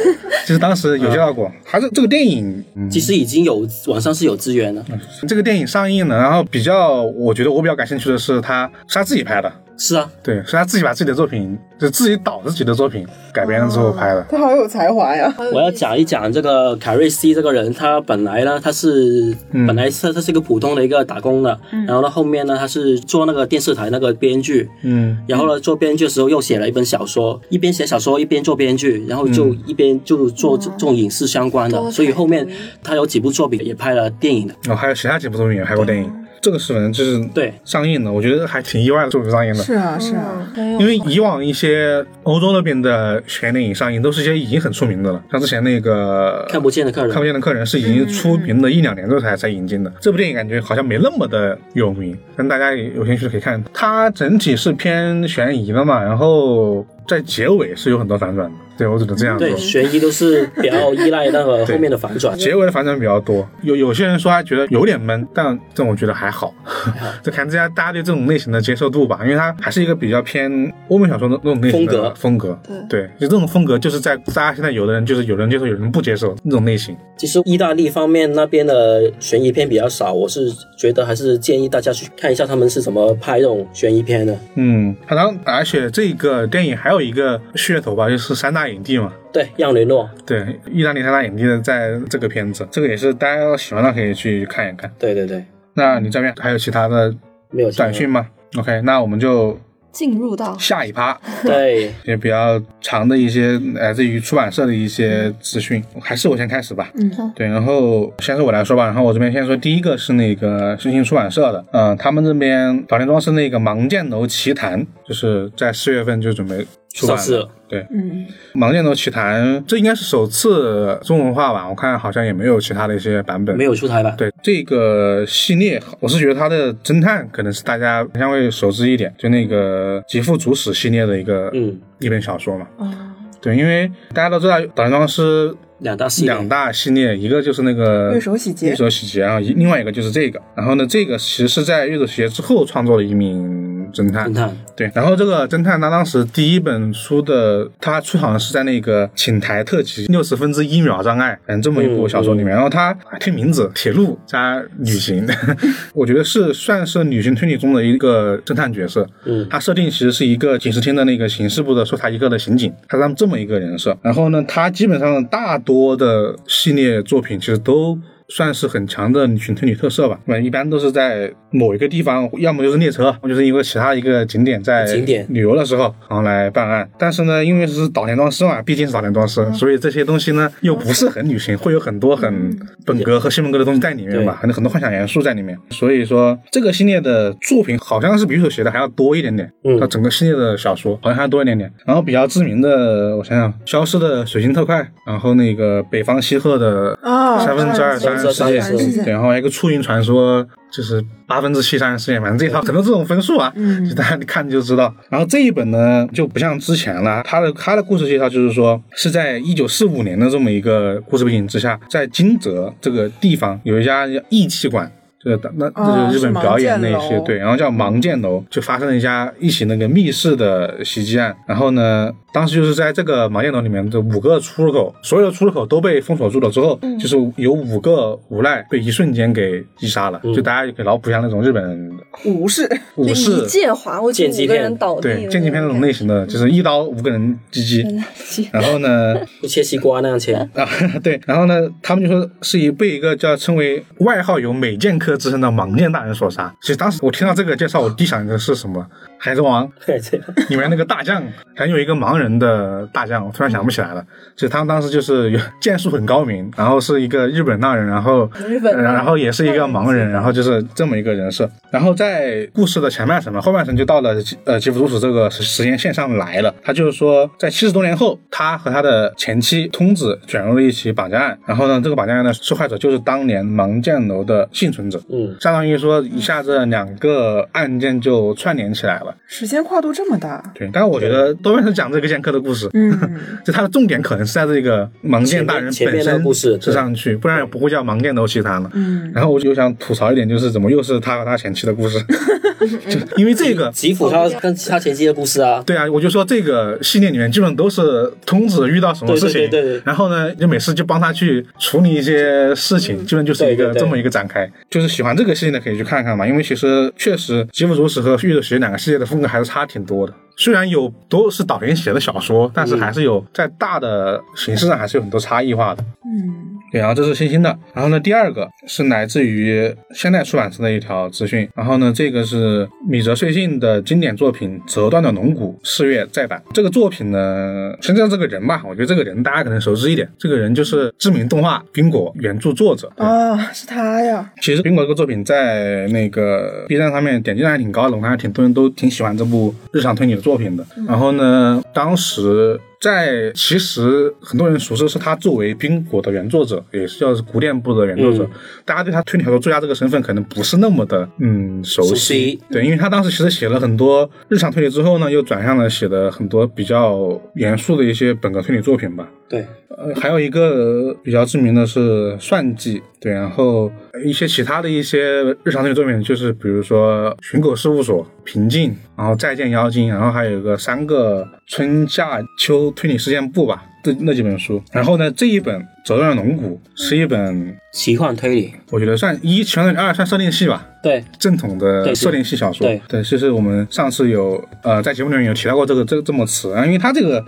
B: 就是当时有介绍过，还是这个电影，嗯，
E: 其实已经有网上是有资源的，
B: 这个电影上映了，然后比较，我觉得我比较感兴趣的是他是他自己拍的，
E: 是啊，
B: 对，是他自己把自己的作品，就自己导自己的作品改编了之后拍的，
C: 他好有才华呀！
E: 我要讲一讲这个凯瑞西这个人，他本来呢，他是、本来是他是一个普通的一个打工的，然后呢后面呢他是做那个电视台那个编剧，
B: 嗯，
E: 然后呢做编剧的时候又写了一本小说，一边写小说一边做编剧，然后就一边就做这这种影视相关的，
D: 多才
E: 所以后面
D: 多艺
E: 他有几部作品也拍了电影的，
B: 然后还有其他几部作品也拍过电影，这个是反正就是
E: 对
B: 上映的，我觉得还挺意外的，这部上映的。
C: 是啊，是啊，
D: 因
B: 因为以往一些欧洲那边的悬疑电影上映，都是一些已经很出名的了，像之前那个
E: 看不见的客人
B: 看不见的客人是已经出名的一两年之后才才引进的。这部电影感觉好像没那么的有名，但大家也有兴趣可以看。它整体是偏悬疑的嘛，然后在结尾是有很多反转的。对我只能这样说
E: 对，。悬疑都是比较依赖那个
B: 对
E: 后面的反转，
B: 结尾的反转比较多，有有些人说他觉得有点闷，但但我觉得还好， 就看大家大家对这种类型的接受度吧，因为它还是一个比较偏欧美小说的那种类型的
E: 风格
B: 风格，对，就这种风格就是在大家现在有的人就是有人接受，有人不接受那种类型，
E: 其实意大利方面那边的悬疑片比较少，我是觉得还是建议大家去看一下他们是怎么拍这种悬疑片的。
B: 嗯，好像而且这个电影还有一个噱头吧，就是三大影帝嘛。
E: 对，让雷诺，
B: 对，意大利三大影帝的在这个片子，这个也是大家要喜欢的可以去看一看。
E: 对对对，
B: 那你这边还有其他的
E: 没有
B: 短讯
E: 吗？
B: 吗？OK，那我们就
D: 进入到
B: 下一趴，
E: 对，
B: 也比较长的一些来自于出版社的一些资讯，还是我先开始吧。
C: 嗯
D: 好
B: 对，然后先是我来说吧，然后我这边先说第一个是那个新兴出版社的，嗯、他们这边早田庄是那个《盲剑楼奇谭》，就是在四月份就准备出版
E: 上市了
B: 对，
C: 嗯，
B: 《盲剑楼奇谭》这应该是首次中文化吧？我看好像也没有其他的一些版本。
E: 没有出台吧？
B: 对这个系列，我是觉得它的侦探可能是大家相对熟知一点，就那个《极富主使》系列的一个、
E: 嗯，
B: 一本小说嘛。
C: 啊，
B: 对，因为大家都知道《打桩师》
E: 两大系列
B: 两大系列，一个就是那个
C: 月手洗劫
B: 月手洗劫，然啊后一另外一个就是这个。然后呢，这个其实是在月手洗劫之后创作的一名侦探
E: 侦。探，
B: 对，然后这个侦探他当时第一本书的他出场是在那个《请台特辑六十分之一秒障碍》嗯这么一部小说里面，然后他听名字铁路加旅行， 我觉得是算是旅行推理中的一个侦探角色。
E: 嗯
B: 他设定其实是一个警视厅的那个刑事部的搜查一课的刑警，他是这么这么一个人设。然后呢，他基本上大多的系列作品其实都。算是很强的女群推理特色吧，
E: 嗯
B: 那一般都是在某一个地方，要么就是列车，要么就是因为其他一个景点在
E: 景点
B: 旅游的时候，然后来办案。但是呢，因为是岛田庄司嘛，毕竟是岛田庄司，所以这些东西呢又不是很女性，会有很多很本格和西门格的东西在里面吧，很多很多幻想元素在里面。所以说这个系列的作品好像是比手写的还要多一点点，
E: 嗯
B: 它整个系列的小说好像还要多一点点。然后比较知名的，我想想，消失的水星特快，然后那个北方西鹤的
D: 嗯
C: 啊，
B: 三分之二三
E: 三
B: 世界，
E: 三世
C: 界
B: 对然后还有一个初云传说就是八分之七三世界，反正这套很多这种分数啊，
C: 嗯
B: 就大家看就知道。然后这一本呢就不像之前了，它的它的故事介绍就是说是在一九四五年的这么一个故事背景之下，在金泽这个地方有一家叫义气馆。就是那那
C: 哦
B: 就是日本
C: 是盲
B: 表演那
C: 剑
B: 些
C: 楼
B: 对，然后叫盲剑楼，就发生了一家一起那个密室的袭击案。然后呢，当时就是在这个盲剑楼里面的五个出入口，所有的出入口都被封锁住了之后，
C: 嗯
B: 就是有五个无赖被一瞬间给击杀了，就大家也给脑补一下那种日本
C: 武士，
B: 武士
D: 一。介华，我觉
E: 剑
D: 得
E: 击
D: 五个
E: 片
D: 人倒地，
B: 对，剑击片那种类型的，就是一刀五个人击击。
D: 型。
B: 然后呢，
E: 不切西 瓜那样切，
B: 啊，对，然后呢，他们就说是以被一个叫称为外号有美剑客个自称的盲剑大人所杀。其实当时我听到这个介绍，我第一想的是什么？海贼王
E: 对，这样
B: 里面那个大将，好像有一个盲人的大将，我突然想不起来了。就他当时就是有剑术很高明，然后是一个日本大人，然后
D: 日本
B: 呃然后也是一个盲人，然后就是这么一个人设。然后在故事的前半程嘛，后半程就到了吉呃吉普都史这个时时间线上来了。他就是说，在七十多年后，他和他的前妻通子卷入了一起绑架案。然后呢，这个绑架案的受害者就是当年盲剑楼的幸存者。
E: 嗯，
B: 相当于说，一下这两个案件就串联起来了。
C: 时间跨度这么大，
B: 对，但是我觉得多半是讲这个剑客的故事，
C: 嗯，
B: 就它的重点可能是在这个盲剑大人
E: 前
B: 本
E: 面前面
B: 身
E: 的故事
B: 之上去，不然也不会叫盲剑楼奇谭了。
C: 嗯，
B: 然后我就想吐槽一点，就是怎么又是他和他前妻的故事，就因为这 个。
E: 吉普他跟他前妻的故事啊，
B: 对啊，我就说这个系列里面基本都是童子遇到什么事情，
E: 对对对对对
B: 然后呢，就每次就帮他去处理一些事情，基本就是一
E: 嗯对
B: 个
E: 对对
B: 这么一个展开。就是喜欢这个系列的可以去看看嘛，因为其实确实《吉普主使》和《玉的学》两个系列的风格还是差挺多的。虽然有都是岛田写的小说，但是还是有在大的形式上还是有很多差异化的。
C: 嗯，
B: 对，然后这是星星的，然后呢，第二个是来自于现代出版社的一条资讯，然后呢，这个是米泽穗信的经典作品《折断的龙骨》四月再版。这个作品呢，先讲这个人吧，我觉得这个人大家可能熟知一点，这个人就是知名动画《冰果》原著作者。对
C: 啊，是他呀，
B: 其实《冰果》这个作品在那个 B 站上面点击量还挺高的，我看还挺多人都挺喜欢这部日常推理的作品的。
E: 嗯
B: 然后呢，当时在其实很多人熟知是他作为《冰果》的原作者，也是叫古典部的原作者，
E: 嗯
B: 大家对他推理小说作家这个身份可能不是那么的嗯熟悉。
E: 熟悉
B: 对，因为他当时其实写了很多日常推理之后呢，又转向了写的很多比较严肃的一些本格推理作品吧。
E: 对，
B: 呃，还有一个比较知名的是算计，对，然后呃一些其他的一些日常类作品，就是比如说《寻狗事务所》《平静》，然后《再见妖精》，然后还有一个三个春夏秋推理事件簿吧，这那几本书。然后呢，这一本《折断的龙骨》是一本，
E: 奇幻推理，
B: 我觉得算一奇幻二算设定系吧，
E: 对，
B: 正统
E: 对
B: 的设定系小说。
E: 对
B: 就是我们上次有呃在节目里面有提到过这个这这么词，啊因为它这个。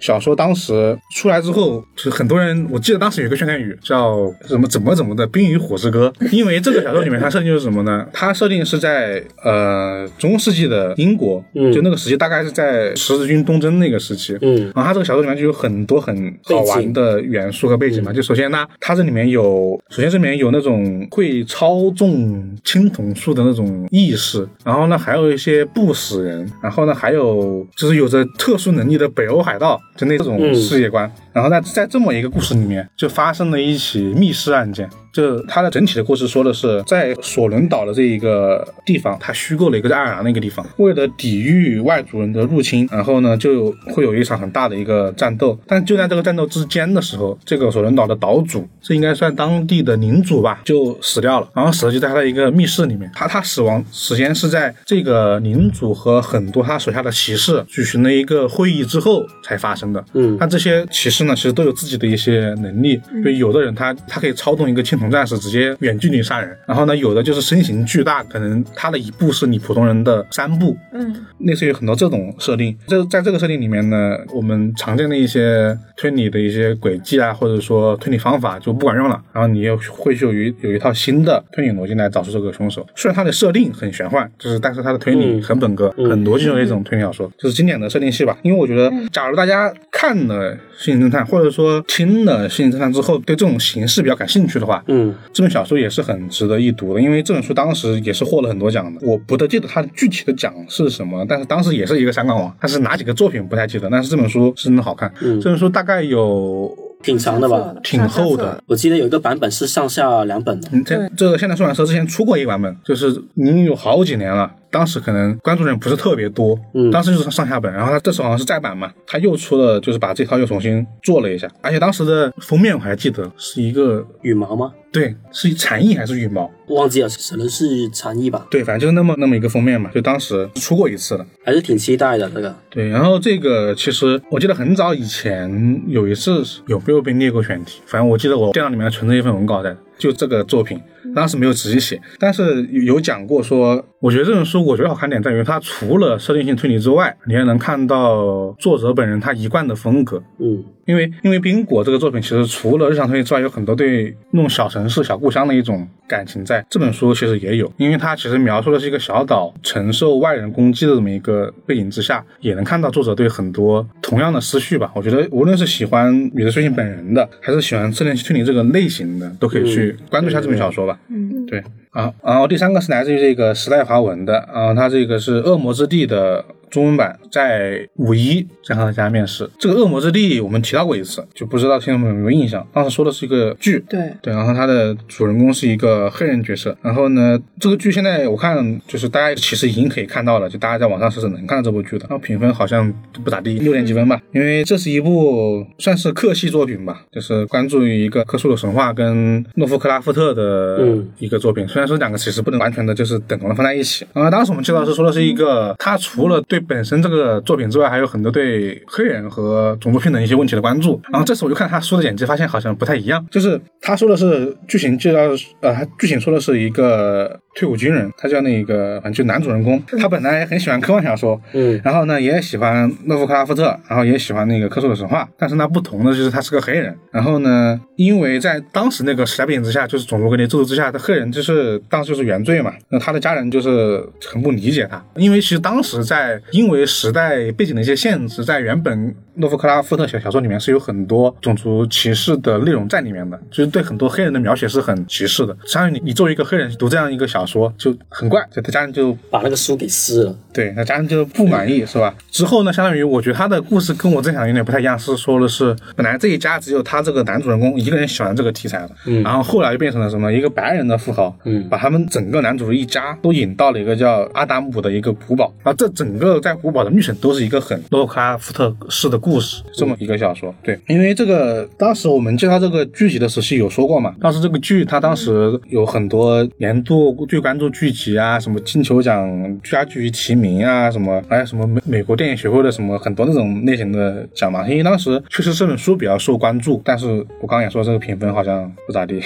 B: 小说当时出来之后，就是很多人，我记得当时有一个宣传语叫什么“怎么怎么的冰与火之歌”，因为这个小说里面它设定就是什么呢？它设定是在呃中世纪的英国，
E: 嗯
B: 就那个时期大概是在十字军东征那个时期，
E: 嗯，
B: 然后它这个小说里面就有很多很好玩的元素和背景嘛。就首先呢，它这里面有，首先这里面有那种会操纵青铜树的那种意识，然后呢还有一些不死人，然后呢还有就是有着特殊能力的北欧海盗，就那种
E: 嗯
B: 世界观。然后呢，在这么一个故事里面，就发生了一起密室案件。就它的整体的故事说的是，在索伦岛的这一个地方，它虚构了一个在爱尔兰的一个地方，为了抵御外族人的入侵，然后呢就会有一场很大的一个战斗。但就在这个战斗之间的时候，这个索伦岛的岛主，这应该算当地的领主吧，就死掉了。然后死了就在他的一个密室里面，他他死亡时间是在这个领主和很多他手下的骑士举行了一个会议之后才发生的。
E: 嗯
B: 那这些骑士呢，其实都有自己的一些能力。就有的人他他可以操纵一个青铜战士直接远距离杀人，然后呢，有的就是身形巨大，可能他的一步是你普通人的三步，
C: 嗯，
B: 类似于很多这种设定。这在这个设定里面呢，我们常见的一些推理的一些轨迹啊，或者说推理方法就不管用了，然后你又会有一有一套新的推理逻辑来找出这个凶手。虽然它的设定很玄幻，就是但是它的推理
E: 嗯
B: 很本格，
E: 嗯
B: 很逻辑的一种推理小说，就是经典的设定系吧。因为我觉得，假如大家看了《心灵侦探》，或者说听了《心灵侦探》之后，对这种形式比较感兴趣的话，
E: 嗯，
B: 这本小说也是很值得一读的，因为这本书当时也是获了很多奖的。我不太记得它具体的奖是什么，但是当时也是一个香港网，但是哪几个作品不太记得。但是这本书是真的好看，
E: 嗯
B: 这本书大概有
E: 挺长的吧？
B: 挺厚的，
E: 我记得有一个版本是上下两本的，
B: 嗯，这这个现代出版社之前出过一个版本，就是已经有好几年了，当时可能关注人不是特别多，
E: 嗯
B: 当时就是上下本，然后他这次好像是再版嘛，他又出了，就是把这套又重新做了一下，而且当时的封面我还记得是一个，
E: 羽毛吗？
B: 对，是蝉翼还是羽毛？
E: 忘记了，可能是禅意吧，
B: 对，反正就是那么那么一个封面嘛，就当时出过一次了。
E: 还是挺期待的那个。
B: 对，然后这个其实我记得很早以前有一次是有没有被列过选题，反正我记得我电脑里面存着一份文稿在，就这个作品，当时没有仔细写，但是有有讲过说，我觉得这本书，我觉得好看点在于它除了设定性推理之外，你还能看到作者本人他一贯的风格。
E: 嗯
B: 因为因为《冰果》这个作品，其实除了日常推理之外，有很多对那种小城市、小故乡的一种感情在，这本书其实也有，因为它其实描述的是一个小岛承受外人攻击的这么一个背景之下，也能看到作者对很多同样的思绪吧。我觉得无论是喜欢米德顺信本人的，还是喜欢自恋推理这个类型的，都可以去关注一下这本小说吧。
C: 嗯，
B: 对啊，然后第三个是来自于这个时代华文的，啊，它这个是《恶魔之地》的中文版，在五一在和大家面试。这个《恶魔之地》我们提到过一次，就不知道听众朋友们有没有印象？当时说的是一个剧，
C: 对，
B: 对，然后它的主人公是一个黑人角色。然后呢，这个剧现在我看就是大家其实已经可以看到了，就大家在网上是能看到这部剧的。然后评分好像都不咋地，六点几分吧。因为这是一部算是克系作品吧，就是关注于一个克苏鲁神话跟诺夫克拉夫特的
E: 嗯
B: 一个作品。虽然说两个其实不能完全的就是等同的放在一起。然后当时我们介绍是说的是一个，他除了对本身这个作品之外，还有很多对黑人和种族平等一些问题的关注。然后这次我就看他说的简介，发现好像不太一样，就是他说的是剧情介绍，呃，他剧情说的是一个退伍军人，他叫那个反正就男主人公，他本来很喜欢科幻小说，
E: 嗯
B: 然后呢，也喜欢诺夫克拉夫特，然后也喜欢那个科索鲁神话，但是呢，不同的就是他是个黑人。然后呢，因为在当时那个时代背景之下，就是种族隔离制度之下，他黑人就是当时就是原罪嘛。那他的家人就是很不理解他，因为其实当时在因为时代背景的一些限制，在原本诺夫克拉夫特小小说里面是有很多种族歧视的内容在里面的，就是对很多黑人的描写是很歧视的。相当于你你作为一个黑人去读这样一个小说就很怪，就他家人就
E: 把那个书给撕了。
B: 对，那家人就不满意是吧？之后呢，相当于我觉得他的故事跟我正想的有点不太一样，是说的是本来这一家只有他这个男主人公一个人喜欢这个题材的，嗯，然后后来就变成了什么一个白人的富豪，嗯，把他们整个男主一家都引到了一个叫阿达姆的一个古堡，啊，这整个在古堡的历程都是一个很洛克拉夫特式的故事，这么一个小说。对，因为这个当时我们介绍这个剧集的时期有说过嘛，当时这个剧它当时有很多年度最关注剧集啊，什么金球奖最佳剧集提名啊，什么还有什么美美国电影学会的什么很多那种类型的奖嘛。因为当时确实这本书比较受关注，但是我刚刚也说这个评分好像不咋地。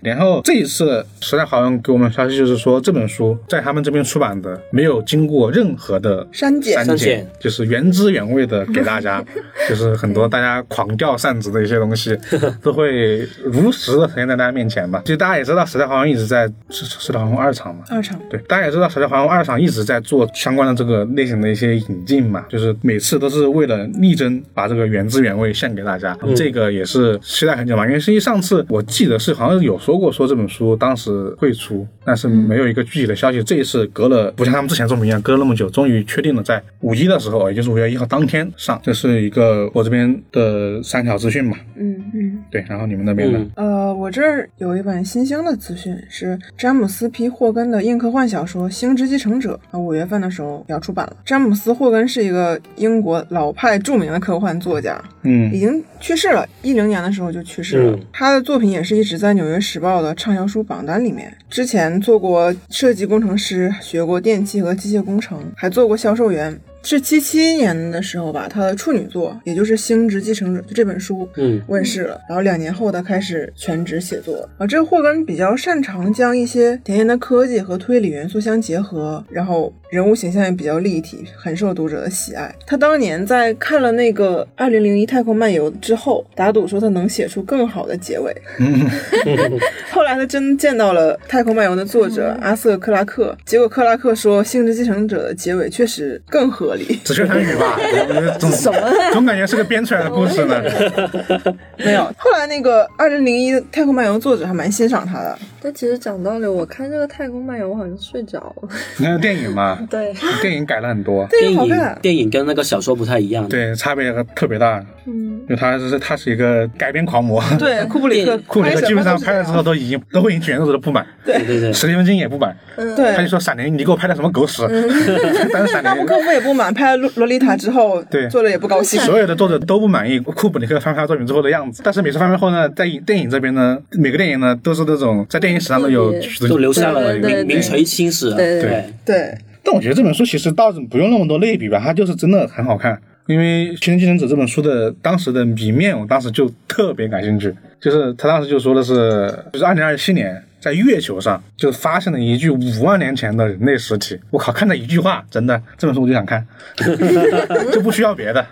B: 然后这一次时代好像给我们消息就是说这本书在他们这边出版的，没有经过任何的
C: 删减
B: 删
E: 删
B: 减
E: 减
B: 就是原汁原味的给大家，就是很多大家狂掉扇子的一些东西，都会如实的呈现在大家面前吧。其实大家也知道，时代华文一直在是是时代华文二厂嘛。
C: 二场
B: 对，大家也知道，时代华文二厂一直在做相关的这个类型的一些引进嘛，就是每次都是为了力争把这个原汁原味献给大家。这个也是期待很久嘛，因为实际上次我记得是好像有说过，说这本书当时会出，但是没有一个具体的消息。这一次隔了不像他们之前这么一样，隔了那么久，终于确定了在五一的时候，也就是五月一号当天上。这是一个我这边的三条资讯嘛，
C: 嗯嗯，
B: 对，然后你们那边呢？
E: 嗯
C: 呃，我这儿有一本新兴的资讯，是詹姆斯 ·P· 霍根的硬科幻小说《星之继承者》啊，五月份的时候要出版了。詹姆斯·霍根是一个英国老派著名的科幻作家，已
B: 嗯
C: 经去世了，一零年的时候就去世了。
E: 嗯
C: 他的作品也是一直在《纽约时报》的畅销书榜单里面。之前做过设计工程师，学过电气和机械工程，还做过销售员。是七七年的时候吧，他的处女作，也就是《星之继承者》就这本书，
E: 嗯
C: 问世了。然后两年后，他开始全职写作。啊，这个霍根比较擅长将一些前沿的科技和推理元素相结合，然后人物形象也比较立体，很受读者的喜爱。他当年在看了那个《二零零一太空漫游》之后，打赌说他能写出更好的结尾。嗯 后来他真见到了《太空漫游》的作者嗯阿瑟·克拉克，结果克拉克说，《星之继承者》的结尾确实更合理。
B: 只求参与 吧，总
D: 什么啊
B: 总感觉是个编出来的故事呢。
C: 没有， 后来那个《二零零一太空漫游》作者还蛮欣赏他的。
D: 但其实讲道理，我看这个太空漫游，我好像睡着了。
B: 那个电影嘛，
D: 对，
B: 电影改了很多，
C: 这
E: 电
C: 个好
E: 影
C: 看，
E: 电影跟那个小说不太一样。，
B: 对，差别特别大。
D: 嗯，
B: 因为他是他是一个改编狂魔，
C: 对，库布里克，
B: 库里克基本上拍了
C: 了
B: 之后，都已经都会引起原著的不满，
E: 对对对，
B: 史蒂芬金也不满，他就
C: 对。
B: 说《闪灵》你给我拍的什么狗 屎？但是《闪
C: 纳
B: 灵
C: 布》科夫 也不满，拍了《洛丽塔》之后，
B: 对
C: 作者也不高兴。
B: 所有的作者都不满意库布里克翻拍他作品之后的样子，但是每次翻拍后呢，在影电影这边呢，每个电影呢都是那种在电影史上都有
D: 特
E: 都留下了
D: 对对对
E: 名名垂青史了。
D: 对对
E: 对，
C: 对，
B: 但我觉得这本书其实倒是不用那么多类比吧，它就是真的很好看。因为《全职继承者》这本书的当时的谜面，我当时就特别感兴趣，就是他当时就说的是，就是二零二七年在月球上就发现了一具五万年前的人类尸体。我靠，看到一句话，真的这本书我就想看，就不需要别的。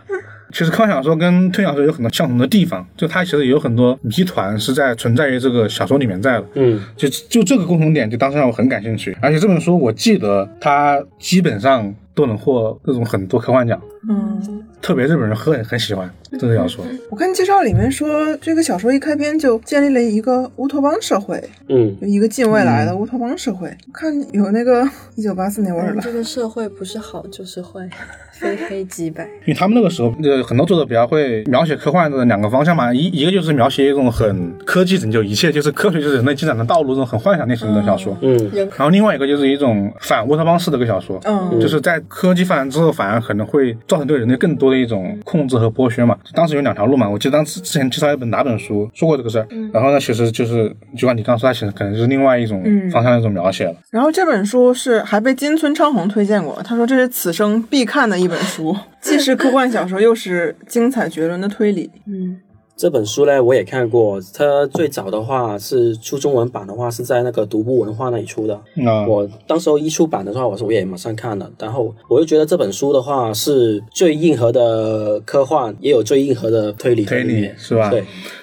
B: 其实科幻小说跟推理小说有很多相同的地方，就它其实有很多谜团是在存在于这个小说里面在的。
E: 嗯，
B: 就就这个共同点，就当时让我很感兴趣。而且这本书我记得它基本上都能获各种很多科幻奖，
C: 嗯，
B: 特别日本人很很喜欢这本小说。
C: 我看介绍里面说，这个小说一开篇就建立了一个乌托邦社会，
E: 嗯，
C: 就一个近未来的乌托邦社会。看有那个 一九八四年我尔
D: 但
C: 了，
D: 这个社会不是好就是 坏，非黑即白。
B: 因为他们那个时候，呃，很多作者比较会描写科幻的两个方向嘛，一一个就是描写一种很科技拯救一切，就是科学就是人类进展的道路这种很幻想类型的小说，
E: 嗯
D: 人
B: 然后另外一个就是一种反乌托邦式的一个小说，
C: 嗯
B: 就是在科技发展之后，反而可能会造成对人类更多的一种控制和剥削嘛。当时有两条路嘛，我记得当时之前介绍一本哪本书说过这个事儿，
C: 嗯
B: 然后呢，其实就是就像你刚刚说，它其实可能是另外一种
C: 嗯
B: 方向的一种描写了。
C: 然后这本书是还被金村昌宏推荐过，他说这是此生必看的一本书，既是科幻小说，又是精彩绝伦的推理。
D: 嗯，
E: 这本书呢我也看过，它最早的话是出中文版的话是在那个独步文化那里出的，
B: 那
E: 我当时候一出版的话，我是我也马上看了，然后我就觉得这本书的话是最硬核的科幻，也有最硬核的推理在里面
B: 推理是吧
E: 对，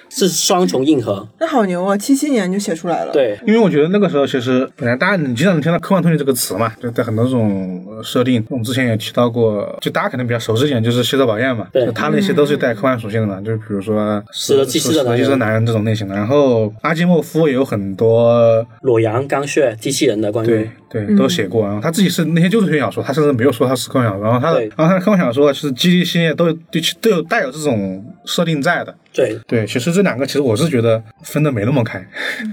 E: 是双重硬核。
C: 那好牛啊，七七年就写出来了。，
E: 对，
B: 因为我觉得那个时候其实本来大家你经常能听到科幻推理这个词嘛，就在很多这种呃设定，我们之前也提到过，就大家可能比较熟知一点就是《西泽宝彦》嘛，
E: 对
B: 就他那些都是
C: 嗯
B: 带科幻属性的嘛，就比如说《
E: 死了七
B: 七
E: 七的男人
B: 的男人》这种类型的。然后阿基莫夫也有很多
E: 裸阳、钢血、机器人的关于
B: 对对，都写
C: 嗯
B: 过。然后他自己是那些就是推理小说，他甚至没有说他是科幻小说。然后他的
E: 对
B: 然后他的科幻小说是基地系列都有都都有带有这种设定在的。
E: 对
B: 对，其实这两个其实我是觉得分的没那么开，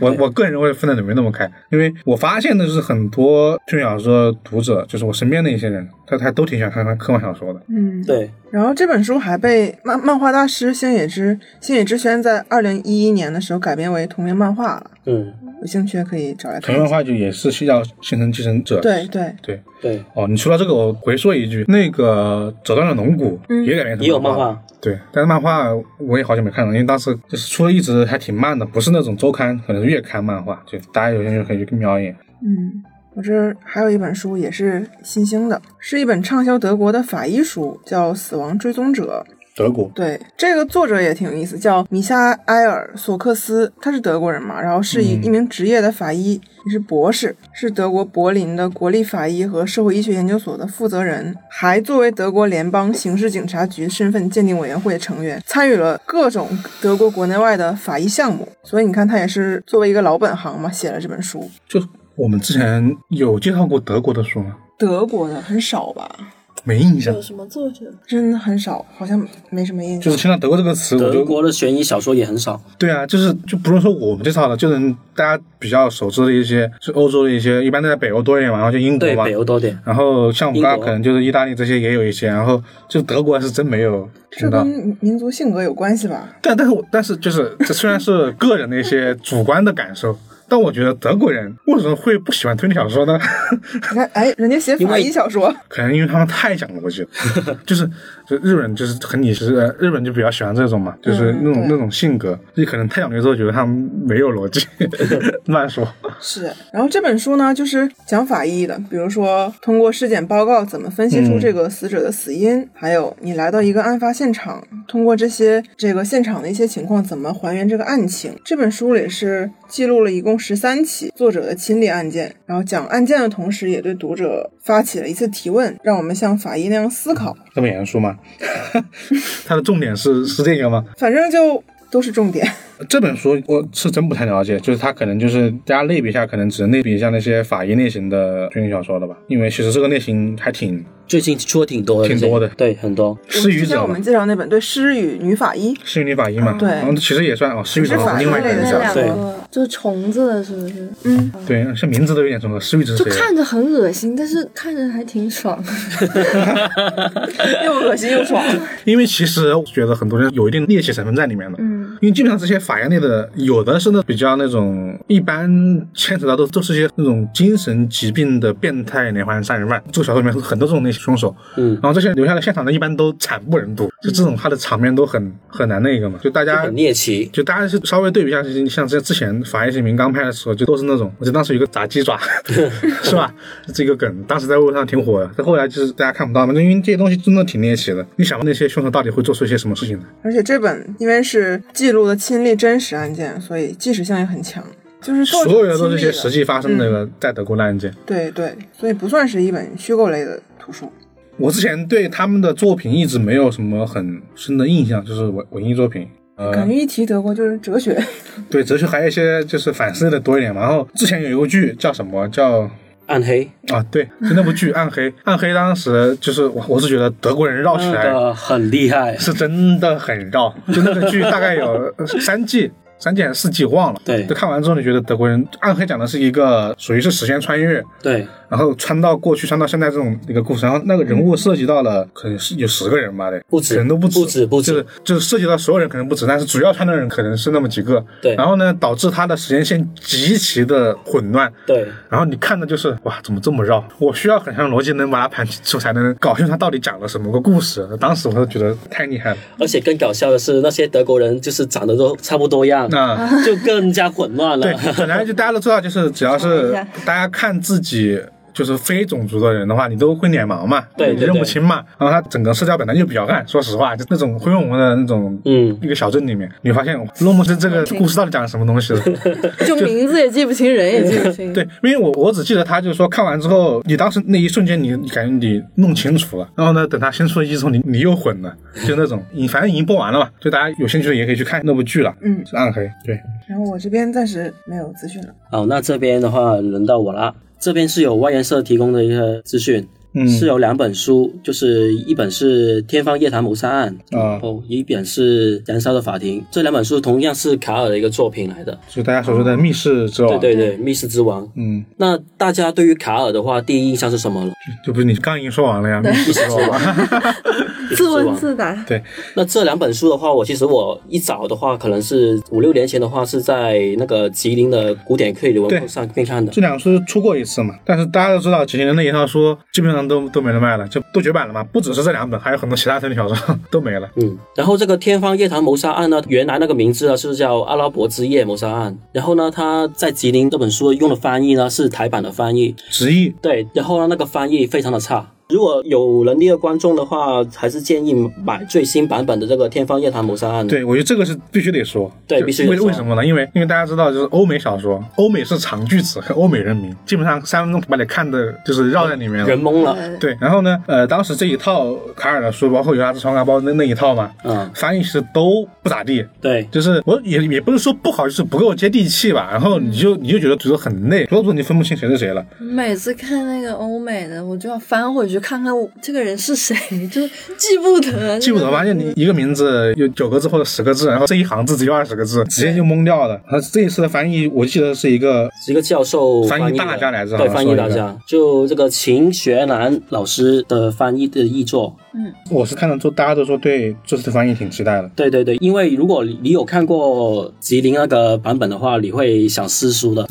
B: 我我个人认为分的没那么开，因为我发现的是很多推理小说读者，就是我身边的一些人，他他都挺喜欢看看科幻小说的。
C: 嗯。
E: 对
C: 然后这本书还被漫漫画大师星野之星野之轩在二零一一年的时候改编为同名漫画了，
E: 嗯
C: 有兴趣也可以找来
B: 同
C: 看
B: 样
C: 一
B: 的
C: 下。
B: 话，就也是需要形成继承者。
C: 对对，
B: 对，
E: 对，
B: 哦，你说到这个，我回说一句，那个《走断的龙骨》
C: 嗯
B: 也改编成
E: 也有漫
B: 漫
E: 画，
B: 对，但是漫画我也好久没看了，因为当时就是出的一直还挺慢的，不是那种周刊，可能是月刊漫画，就大家有兴趣可以去瞄一眼。
C: 嗯，我这儿还有一本书也是新兴的，是一本畅销德国的法医书，叫《死亡追踪者》。
B: 德国，
C: 对，这个作者也挺有意思，叫米夏埃尔·索克斯，他是德国人嘛，然后是一
B: 嗯
C: 一名职业的法医，也是博士，是德国柏林的国立法医和社会医学研究所的负责人，还作为德国联邦刑事警察局身份鉴定委员会成员，参与了各种德国国内外的法医项目。所以你看，他也是作为一个老本行嘛，写了这本书。
B: 就我们之前有介绍过德国的书吗？
C: 德国的很少吧，
B: 没印象
D: 有，什么作者？
C: 真的很少，好像没什么印象。
B: 就是听到德国这个词，我
E: 德
B: 就
E: 国的悬疑小说也很少。
B: 对啊，就是就不用说我们介绍了，就能大家比较熟知的一些是欧洲的一些，一般都在北欧多一点嘛，然后就英国
E: 对，
B: 嘛
E: 北，欧多点。
B: 然后像我们刚刚
E: 英国
B: 可能就是意大利这些也有一些，然后就德国是真没有
C: 这
B: 听到
C: 跟。民民族性格有关系吧？
B: 但但是我但是就是这虽然是个人的一些主观的感受，但我觉得德国人为什么会不喜欢推理小说呢？
C: 你看，哎，人家写法医小说，
B: 可能因为他们太讲逻辑了，就是就日本人就是很理智，呃日本就比较喜欢这种嘛，就是那种、
C: 对
B: 那种性格，就可能太讲究之后觉得他们没有逻辑，乱说。
C: 是。然后这本书呢，就是讲法医的，比如说通过尸检报告怎么分析出
B: 嗯
C: 这个死者的死因，还有你来到一个案发现场，通过这些这个现场的一些情况，怎么还原这个案情。这本书里是记录了一共十三起作者的亲历案件，然后讲案件的同时，也对读者发起了一次提问，让我们像法医那样思考。
B: 这么严肃吗？ 它的重点是是这个吗？
C: 反正就都是重点。
B: 这本书我是真不太了解，就是它可能就是大家类比一下，可能只能类比一下那些法医类型的推理小说了吧，因为其实这个类型还挺
E: 最近出的挺多的，
B: 挺多的
E: 对，很多。
B: 失 语
C: 之前
B: 者
C: 我
B: 嘛
C: 们，介绍那本对诗与女法医，
B: 失语女法医嘛，
C: 对
B: 然后其实也算哦，失语者
C: 是法
B: 是
C: 医
B: 另外一个
C: 类的
B: 人设，
D: 那两
E: 对
D: 个就是虫子的，是不是？
C: 嗯，
B: 对，像名字都有点什么，失语者是
D: 就
B: 谁？
D: 看着很恶心，但是看着还挺爽。
C: 又恶心又爽。
B: 因为其实我觉得很多人有一定猎奇成分在里面的，
D: 嗯，
B: 因为基本上这些法院内的，有的是那比较那种一般牵扯到都都是些那种精神疾病的变态连环杀人犯。这个小说里面有很多这种类型凶手，
E: 嗯，
B: 然后这些留下来现场的一般都惨不忍睹，就这种他的场面都很很难那个嘛，就大
E: 就
B: 家
E: 很猎奇。
B: 就大家是稍微对比一下，就是像之之前法医秦明刚拍的时候，就都是那种，我记得当时有个炸鸡爪，是吧？这个梗当时在微博上挺火的，但后来就是大家看不到嘛，就因为这些东西真的挺猎奇的。你想那些凶手到底会做出一些什么事情来？
C: 而且这本因为是记录的亲历真实案件，所以纪实性也很强。就是作者
B: 所有的都是一
C: 亲历
B: 些
C: 的
B: 实际发生的在德国的案件。
C: 对对，所以不算是一本虚构类的图书。
B: 我之前对他们的作品一直没有什么很深的印象，就是文文艺作品。呃，
C: 感觉一提德国就是哲学，
B: 对哲学还有一些就是反思的多一点嘛。然后之前有一部剧叫什么叫
E: 暗黑
B: 啊，对，就那部剧《暗黑》，《暗黑》当时就是我，我哦是觉得德国人绕起
E: 那
B: 来
E: 个很厉害，
B: 是真的很绕，就那个剧大概有呃三季。三季还是四季，我忘了。
E: 对
B: 就看完之后，你觉得德国人《暗黑》讲的是一个属于是时间穿越，
E: 对，
B: 然后穿到过去，穿到现在这种一个故事，然后那个人物涉及到了，可能是有十个人吧，得
E: 不止
B: 可能都不止，
E: 不止不止
B: 就是就是涉及到所有人可能不止，但是主要穿的人可能是那么几个。
E: 对
B: 然后呢，导致他的时间线极其的混乱。
E: 对，
B: 然后你看的就是哇，怎么这么绕？我需要很强的逻辑能把它盘清楚，才能搞清楚它到底讲了什么个故事。当时我就觉得太厉害了，
E: 而且更搞笑的是，那些德国人就是长得都差不多样，
B: 那。
E: 就更加混乱
B: 对
E: 了。，
B: 本来就大家都知道，就是只要是大家看自己就是非种族的人的话，你都会脸盲嘛，
E: 对对
B: 你认不清嘛。然后他整个社交本来就比较暗，说实话，就那种灰蒙蒙的那种
E: 嗯，
B: 一个小镇里面，你会发现洛姆森这个故事到底讲了什么东西 了？
F: 就名字也记不清，人也记不清。
B: 对，因为我我只记得他就是说看完之后，你当时那一瞬间你你感觉你弄清楚了，然后呢，等他先出一之后，你你又混了，就那种，你反正已经播完了嘛，就大家有兴趣的也可以去看那部剧了，
C: 嗯
B: 是暗黑，对，
C: 然后我这边暂时没有资讯了。
E: 好，那这边的话轮到我啦。这边是有外研社提供的一个资讯，
B: 嗯，
E: 是有两本书，就是一本是《天方夜谭谋杀案》，
B: 啊
E: 然后一本是《燃烧的法庭》。这两本书同样是卡尔的一个作品来的。
B: 就大家所说的密室之王，
E: 哦对对对，《密室之王》。
B: 哦嗯，
E: 那大家对于卡尔的话，第一印象是什么了？
B: 这不是你刚已经说完了呀， 密室之 王，
F: 自问自答。
B: 对，
E: 那这两本书的话，我其实我一早的话，可能是五六年前的话，是在那个吉林的古典课语文
B: 对
E: 库上面看的
B: 这。两书出过一次嘛，但是大家都知道，吉林的那一套书基本上都都没人卖了，就都绝版了嘛，不只是这两本，还有很多其他推理小说 都没了，
E: 嗯，然后这个《天方夜谭谋杀案》呢，原来那个名字啊呢是叫《阿拉伯之夜谋杀案》，嗯然后呢，他在吉林这本书用的翻译呢啊是台版的翻译，
B: 直译
E: 对，然后呢，那个翻译非常的差。如果有能力的观众的话，还是建议买最新版本的这个《天方夜谭谋杀案》。，
B: 对，我觉得这个是必须得说。
E: 对
B: 就
E: 必须得
B: 为
E: 说
B: 为什么呢？因为因为大家知道，就是欧美小说，欧美是长句子和欧美人名，基本上三分钟把你看的就是绕在里面
E: 人
B: 了。
E: 懵了。
F: 呃，
B: 对，然后呢，呃，当时这一套卡尔的书，包括《尤拉之窗外包》那那一套嘛，
E: 嗯，
B: 翻译是都不咋地，
E: 对，
B: 就是我也也不是说不好，就是不够接地气吧。然后你就你就觉得读得很累，读着读着你分不清谁是谁了。
F: 每次看那个欧美的，我就要翻回去看看我这个人是谁，就记不得。
B: 记不得，发现你一个名字有九个字或者十个字，然后这一行字只有二十个字，直接就懵掉了。然后这一次的翻译，我记得是一个
E: 是一个教授
B: 翻译
E: 的
B: 大家来着
E: 对，
B: 好像
E: 翻
B: 说
E: 译
B: 一
E: 大
B: 个
E: 家，就这个秦学南老师的翻译的译作。
B: 我是看到之后，大家都说对这次的翻译挺期待的。
E: 对对对，因为如果你有看过吉林那个版本的话，你会想撕 书的，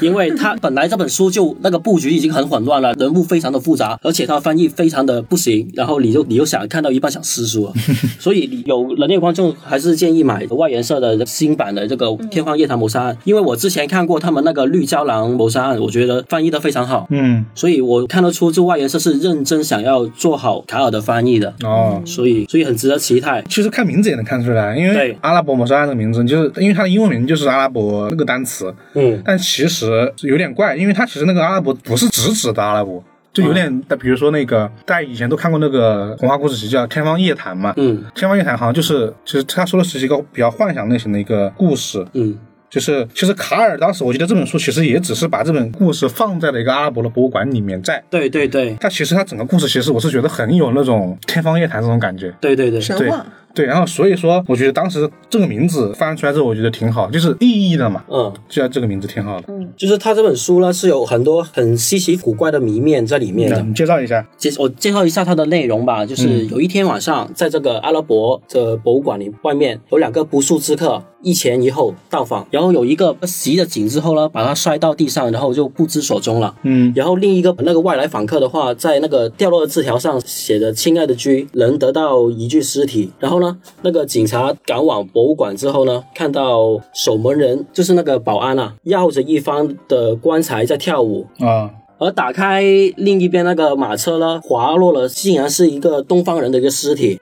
E: 因为它本来这本书就那个布局已经很混乱了，人物非常的复杂，而且它翻译非常的不行，然后你就你又想看到一半想 撕书了，啊所以你有能力的观众还是建议买外研社的新版的这个《天方夜谭谋杀案》，因为我之前看过他们那个《绿胶囊谋杀案》，我觉得翻译的非常好。
B: 嗯，
E: 所以我看得出这外研社是认真想要做好卡尔的翻译的，
B: 哦，
E: 所以所以很值得期待。
B: 其实看名字也能看出来，因为
E: 对
B: 阿拉伯谋杀案这个名字，就是因为它的英文名就是阿拉伯那个单词，
E: 嗯，
B: 但其实有点怪，因为它其实那个阿拉伯不是直指的阿拉伯。就
E: 嗯
B: 有点，比如说那个，大家以前都看过那个童话故事集，叫《天方夜谭》嘛。
E: 嗯
B: 《天方夜谭》好像就是，其实他说的是一个比较幻想类型的一个故事。
E: 嗯，
B: 就是其实卡尔当时，我记得这本书其实也只是把这本故事放在了一个阿拉伯的博物馆里面，在
E: 对对对
B: 它其实它整个故事，其实我是觉得很有那种天方夜谭这种感觉。
E: 对对对，
C: 神
B: 对
C: 话，
B: 对，然后所以说，我觉得当时这个名字翻出来之后，我觉得挺好，就是意义的嘛，
E: 嗯，
B: 就叫这个名字挺好的。
E: 就是他这本书呢是有很多很稀奇古怪的谜面在里面的
B: 那。你介绍一下，
E: 介我介绍一下它的内容吧，就是有一天晚上，在这个阿拉伯的博物馆里外面，有两个不速之客一前一后到访，然后有一个呃袭了警之后呢，把他摔到地上，然后就不知所踪了。
B: 嗯，
E: 然后另一个呃那个外来访客的话，在那个掉落的字条上写着“亲爱的居”，能得到一具尸体。然后呢，那个警察赶往博物馆之后呢，看到守门人就是那个保安啊，绕着一方的棺材在跳舞。
B: 啊，
E: 而打开另一边那个马车呢，滑落了，竟然是一个东方人的一个尸体。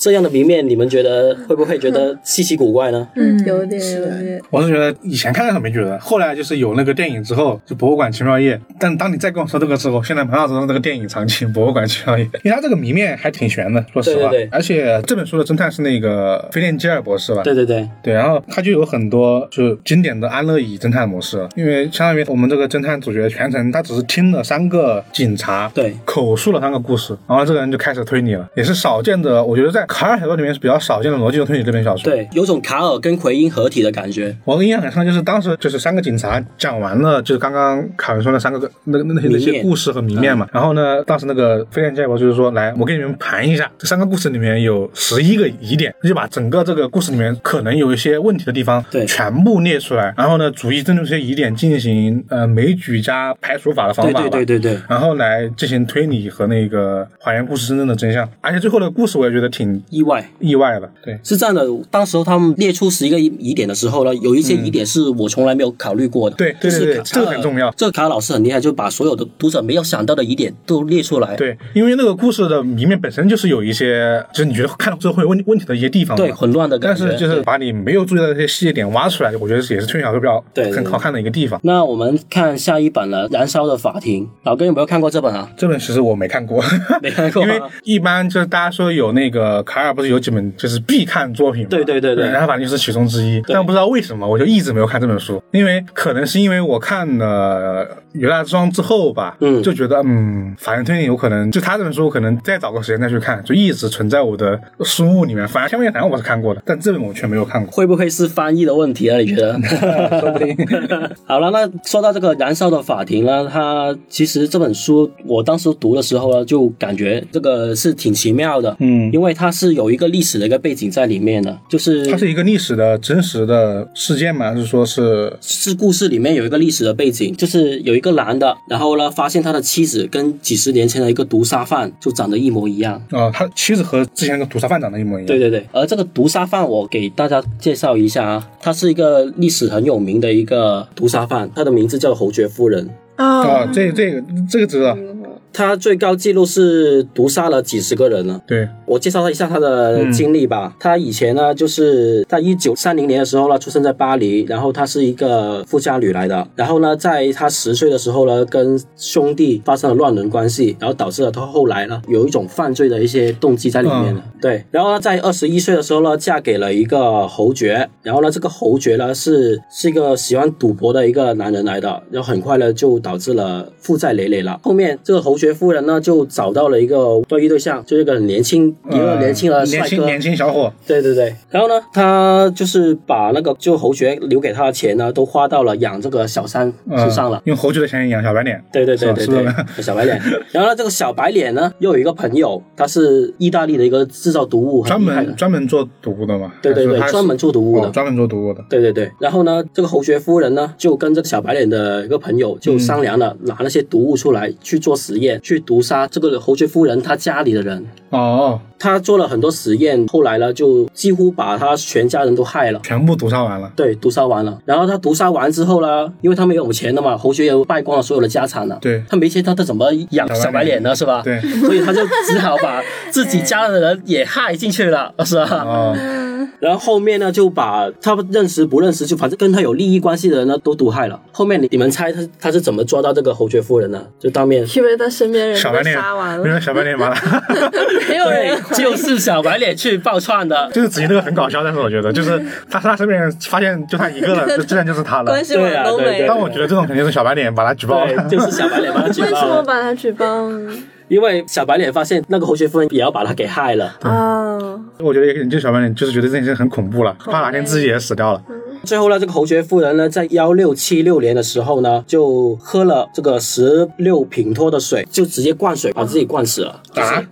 E: 这样的谜面，你们觉得会不会觉得稀奇古怪呢？
C: 嗯
F: 有点
C: 是
F: 有
C: 的
F: 点，。
B: 我是觉得以前看的时候没觉得，后来就是有那个电影之后，就博物馆奇妙夜。但当你再跟我说这个时候，现在很少知道这个电影场景《 博物馆奇妙夜》，因为它这个谜面还挺悬的，说实话。
E: 对对对
B: 而且这本书的侦探是那个菲利吉尔博士吧？
E: 对对对，
B: 对，然后他就有很多就是经典的安乐椅侦探模式，因为相当于我们这个侦探主角全程他只是听了三个警察
E: 对
B: 口述了三个故事，然后这个人就开始推理了，也是少见的，我觉得在卡尔小说里面是比较少见的逻辑的推理类本小说。，
E: 对，有种卡尔跟奎因合体的感觉。
B: 我印象很深，啊就是当时就是三个警察讲完了，就是刚刚卡文说的三个那那那些那
E: 谜
B: 些
E: 面
B: 故事和谜面嘛。
E: 嗯
B: 然后呢，当时那个飞燕建国就是说，来，我给你们盘一下，这三个故事里面有十一个疑点，你就把整个这个故事里面可能有一些问题的地方，
E: 对
B: 全部列出来。然后呢，逐一针对这些疑点进行呃枚举加排除法的方
E: 对
B: 法吧。
E: 对对对对。
B: 然后来进行推理和那个还原故事真正的真相，而且最后的故事我也觉得挺
E: 意外
B: 意外的，对，
E: 是这样的，当时候他们列出十一个疑疑点的时候呢，有一些疑点是我从来没有考虑过的。
B: 对对
E: 就是
B: 对对
E: 卡
B: 这个很重要
E: 这个卡尔老师很厉害，就把所有的读者没有想到的疑点都列出来。
B: 对，因为那个故事的谜面本身就是有一些，就是你觉得看了之后会有问问题的一些地方嘛。
E: 对混乱的感
B: 但
E: 觉。
B: 是就是
E: 对
B: 把你没有注意到的一些细节点挖出来，我觉得也是推理小说比较
E: 对对对
B: 很好看的一个地方。
E: 那我们看下一本了，《燃烧的法庭》。老根有没有看过这本啊？
B: 这本其实我没看过，
E: 没看过
B: 因
E: 啊
B: 为一般就是大家说有那个卡尔不是有几本就是必看作品嘛，
E: 对对对对
B: 然后反正就是其中之一，但不知道为什么我就一直没有看这本书，因为可能是因为我看了《犹大之窗》之后吧，
E: 嗯
B: 就觉得嗯，法院推理有可能就他这本书，我可能再找个时间再去看，就一直存在我的书目里面。反而《香面谈》我是看过的，但这本我却没有看过。
E: 会不会是翻译的问题啊？你觉 得？
B: 说 不定
E: 好了，那说到这个《燃烧的法庭》呢，它其实这本书我当时读的时候呢，啊就感觉这个是挺奇妙的，
B: 嗯
E: 因为它是有一个历史的一个背景在里面的，就是
B: 它是一个历史的真实的事件吗？还是说是
E: 是故事里面有一个历史的背景，就是有一个男的，然后呢发现他的妻子跟几十年前的一个毒杀犯就长得一模一样。
B: 啊、他妻子和之前那个屠杀犯长得一模一样？
E: 对对对，而这个毒杀犯，我给大家介绍一下啊，他是一个历史很有名的一个毒杀犯，他的名字叫侯爵夫人。
B: 啊、
E: 嗯
C: 啊，
B: 这这个这个知道，
E: 他最高记录是毒杀了几十个人了。
B: 对，
E: 我介绍一下他的经历吧。他以前呢，就是在一九三零年的时候呢，出生在巴黎，然后他是一个富家女来的。然后呢，在他十岁的时候呢，跟兄弟发生了乱伦关系，然后导致了他后来呢有一种犯罪的一些动机在里面了。
B: 嗯
E: 对，然后呢，在二十一岁的时候呢，嫁给了一个侯爵，然后呢，这个侯爵呢是是一个喜欢赌博的一个男人来的，然后很快呢就导致了负债累累了。后面这个侯爵夫人呢就找到了一个对一对象，就是一个很年轻一个
B: 呃
E: 年轻的帅
B: 年
E: 哥，
B: 轻年轻小伙，
E: 对对对，然后呢，他就是把那个就侯爵留给他的钱呢，都花到了养这个小三身
B: 嗯
E: 上了。
B: 用侯爵的钱养小白脸，
E: 对对对对
B: 是吧是
E: 对
B: 吧，
E: 小白 脸。然后呢，这个小白脸呢，又有一个朋友，他是意大利的一个制造毒物
B: 专
E: 很厉害的
B: 门，专门做毒物的嘛？
E: 对对
B: 还是
E: 对
B: 他，是
E: 专门做毒物的
B: 哦，。专门做毒物的。
E: 对对对，然后呢，这个侯爵夫人呢，就跟这个小白脸的一个朋友就商量了，拿那些毒物出来去做实验，去毒杀这个侯爵夫人她家里的人。
B: 哦，
E: 他做了很多实验，后来呢，就几乎把他全家人都害了。
B: 全部毒杀完了。
E: 对，毒杀完了。然后他毒杀完之后呢，因为他没有钱了嘛，侯爵也败光了所有的家产了。
B: 对
E: 他没钱，他他怎么养
B: 小白脸
E: 小白脸呢？是吧？
B: 对
E: 所以他就只好把自己家的人也害进去了，是吧？
B: 哦，
E: 然后后面呢，就把他认识不认识，就反正跟他有利益关系的人呢，都毒害了。后面你你们猜他他是怎么抓到这个侯爵夫人呢？就当面
F: 因为他身边人
B: 小
F: 都
B: 白脸
F: 杀完，
B: 没
F: 了，
B: 有小白脸 完了，
F: 没有人
E: 对，就是小白脸去爆串 的。
B: 就是子怡这个很搞笑，但是我觉得就是他他身边人发现就他一个 了，就自然就是他了
F: 关。系网都
E: 对啊对
F: 没
E: 对
F: 了
B: 但。我觉得这种肯定是小白脸把他举报了。
E: 对，就是小白脸把他举
F: 为
E: 报
F: 什么
E: 了。
F: 把他举报？
E: 因为小白脸发现那个侯学芬也要把他给害了，
F: 啊，
B: 我觉得也就小白脸就是觉得这件事很恐怖了，怕哪天自己也死掉了。
E: 最后呢，这个侯爵夫人呢，在幺六七六年的时候呢，就喝了这个十六品脱的水，就直接灌水把自己灌死了。
B: 啊！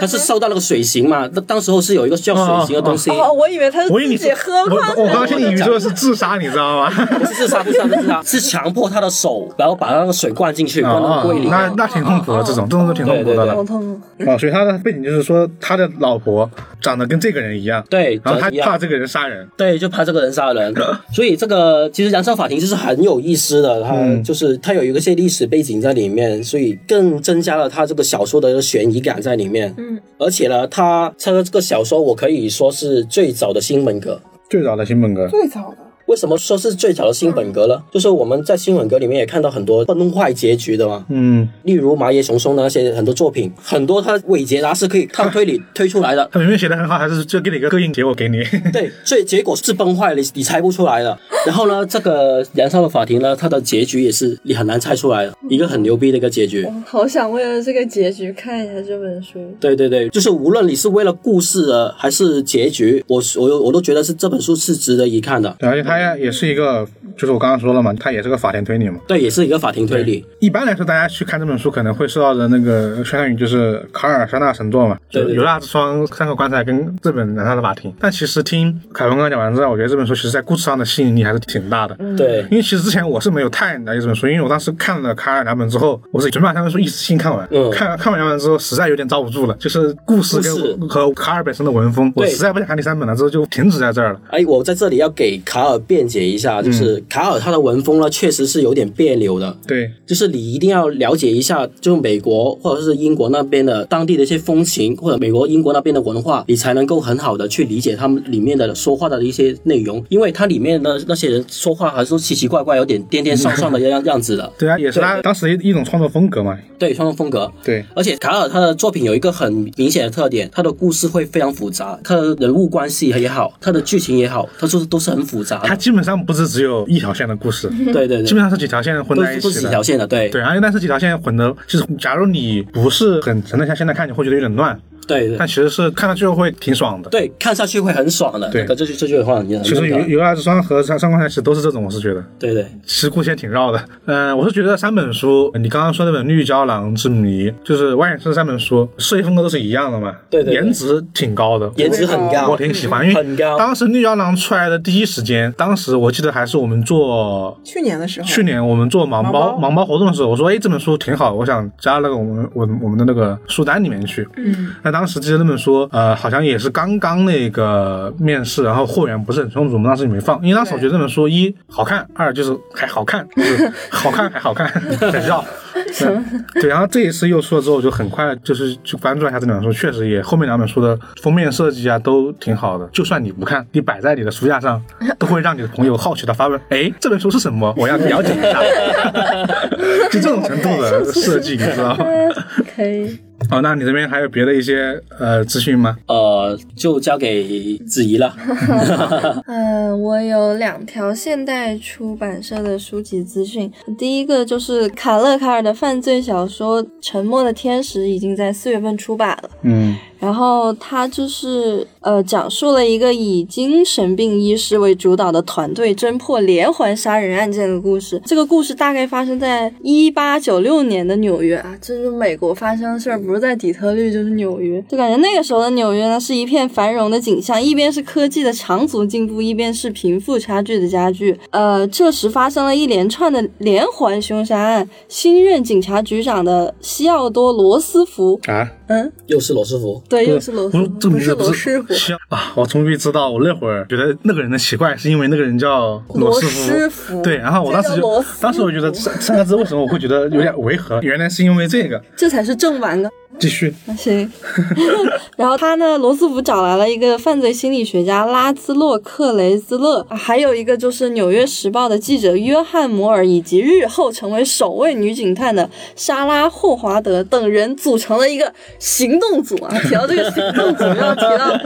E: 他是受到那个水刑嘛？那当时候是有一个叫水刑的东西，
F: 哦，我以为他是
B: 我以为你
F: 自己喝
B: 我
F: 过
B: 我刚刚以为说是自杀，你知道吗？
E: 不是自杀，不是自杀，不是自
B: 哦
E: 杀，是强迫他的手，然后把那个水灌进去，灌到
B: 啊
E: 胃里。
B: 那那挺痛苦的，这种这种都挺痛苦的了
F: 好。痛，
B: 啊，所以他的背景就是说，他的老婆长得跟这个人一样，
E: 对
B: 然后他
E: 长得一样
B: 怕这个人杀人，
E: 对，就怕这个人 杀人，所以这个其实燃烧法庭就是很有意思的，它
B: 嗯
E: 就是它有一个些历史背景在里面，所以更增加了它这个小说的悬疑感在里面。嗯，而且呢，它它的这个小说我可以说是最早的新本格。
B: 最早的新本格，
C: 最早的
E: 为什么说是最早的新本格
B: 嗯
E: 呢？就是我们在新本格里面也看到很多崩坏结局的嘛，
B: 嗯，
E: 例如麻耶雄松的那些很多作品，很多它伟杰达是可以靠推理推出来的，
B: 他明明写的很好，还是就给你一个膈应结果给你。
E: 对，所以结果是崩坏，你你猜不出来的。然后呢，这个燃烧的法庭呢，它的结局也是你很难猜出来的，一个很牛逼的一个结局。
F: 好想为了这个结局看一下这本书。
E: 对对对，就是无论你是为了故事的还是结局，我我我都觉得是这本书是值得一看的。
B: 对而且他也也是一个，就是我刚刚说了嘛，他也是个法庭推理嘛。
E: 对，也是一个法庭推理。
B: 一般来说，大家去看这本书可能会受到的那个相当于就是卡尔山大神作嘛，就
E: 对对对
B: 有大之窗、三个棺材跟这本燃烧的法庭。但其实听凯文刚刚讲完之后，我觉得这本书其实在故事上的吸引力还是挺大的。
E: 对
B: 因为其实之前我是没有太了解这本书，因为我当时看了卡尔两本之后，我是准备把三本书一次性看完。
E: 嗯
B: 看看完两本之后，实在有点遭不住了，就是故事
E: 故事
B: 跟和卡尔本身的文风，我
E: 对
B: 实在不想看第三本了，之后就停止在这儿了。
E: 哎，我在这里要给卡尔辩解一下，就是卡尔他的文风呢，确实是有点别扭的。
B: 对，
E: 就是你一定要了解一下，就是美国或者是英国那边的当地的一些风情，或者美国、英国那边的文化，你才能够很好的去理解他们里面的说话的一些内容，因为它里面的那些人说话还是奇奇怪怪，有点颠颠上上的样样子的，
B: 对啊，也是他当时一一种创作风格嘛。
E: 对，创作风格。
B: 对，
E: 而且卡尔他的作品有一个很明显的特点，他的故事会非常复杂，他的人物关系也好，他的剧情也好，他就是都是很复杂
B: 它
E: 的。
B: 基本上不是只有一条线的故事，
E: 对对
B: 基本
E: 对，
B: 上是几条线混
E: 都
B: 在
E: 是
B: 一
E: 都是
B: 起
E: 几
B: 的
E: 条。线的，对
B: 对，而且但是几条线混的，就是假如你不是很沉得下心来看，你会觉得有点乱，
E: 对对
B: 但其实是看到最后会挺爽的。
E: 对，看下去会很爽的。
B: 对
E: 这个这句这句话你很
B: 其实
E: 认
B: 有
E: 可
B: 有二之双和三三观台其实都是这种，我是觉得。
E: 对对。
B: 其实故事也挺绕的。嗯，我是觉得三本书，你刚刚说那本《绿胶囊之谜》，就是外衍生三本书，设计风格都是一样的嘛，
E: 对对对
B: 颜值挺高的，
E: 颜值很高
B: 我挺喜欢，因为
E: 很高
B: 当时《绿胶囊》出来的第一时间，当时我记得还是我们做
C: 去年的时候，
B: 去年我们做盲包
C: 盲包
B: 盲包活动的时候，我说哎这本书挺好，我想加那个我们我我们的那个书单里面去。嗯，那当时记得那本书，呃，好像也是刚刚那个面试，然后货源不是很充足，我们当时也没放，因为当时我觉得这本书一好看，二就是还好看，就是好看还好 看，很绕。 对，然后这一次又出了之后，我就很快就是去关注了一下这两本书，确实也后面两本书的封面设计啊都挺好的。就算你不看，你摆在你的书架上，都会让你的朋友好奇的发问：“哎，这本书是什么？我要了解一下。” 就这种程度的设计，你知道吗？
D: 可以。
B: 哦，那你这边还有别的一些呃资讯吗？
E: 呃，就交给子怡了。
D: 嗯，我有两条现代出版社的书籍资讯。第一个就是卡勒卡尔的犯罪小说《沉默的天使》已经在四月份出版了。
B: 嗯，
D: 然后它就是呃，讲述了一个以精神病医师为主导的团队侦破连环杀人案件的故事。这个故事大概发生在一八九六年的纽约啊，这是美国发生的事儿，不是在底特律就是纽约。就感觉那个时候的纽约呢，是一片繁荣的景象，一边是科技的长足进步，一边是贫富差距的加剧。呃，这时发生了一连串的连环凶杀案。新任警察局长的西奥多·罗斯福，
B: 啊，
D: 嗯，
E: 又是罗斯福，
D: 对，
B: 不
D: 又
B: 哎是
D: 是罗
B: 不
D: 斯
B: 是
D: 福，
B: 这名字
D: 罗
B: 不
D: 师傅
B: 是，西啊！我终于知道，我那会儿觉得那个人的奇怪，是因为那个人叫罗斯福。
C: 罗斯福
B: 对，然后我当时
D: 这叫
B: 就
D: 罗斯，福
B: 当时我觉得三三个字为什么我会觉得有点违和，原来是因为这个。
D: 这才是正版的。
B: 继续，
D: 行。 然后他呢，罗斯福找来了一个犯罪心理学家拉兹洛·克雷兹勒，啊还有一个就是《纽约时报》的记者约翰·摩尔，以及日后成为首位女警探的莎拉·霍华德等人组成了一个行动组啊。提到这个行动组，要提到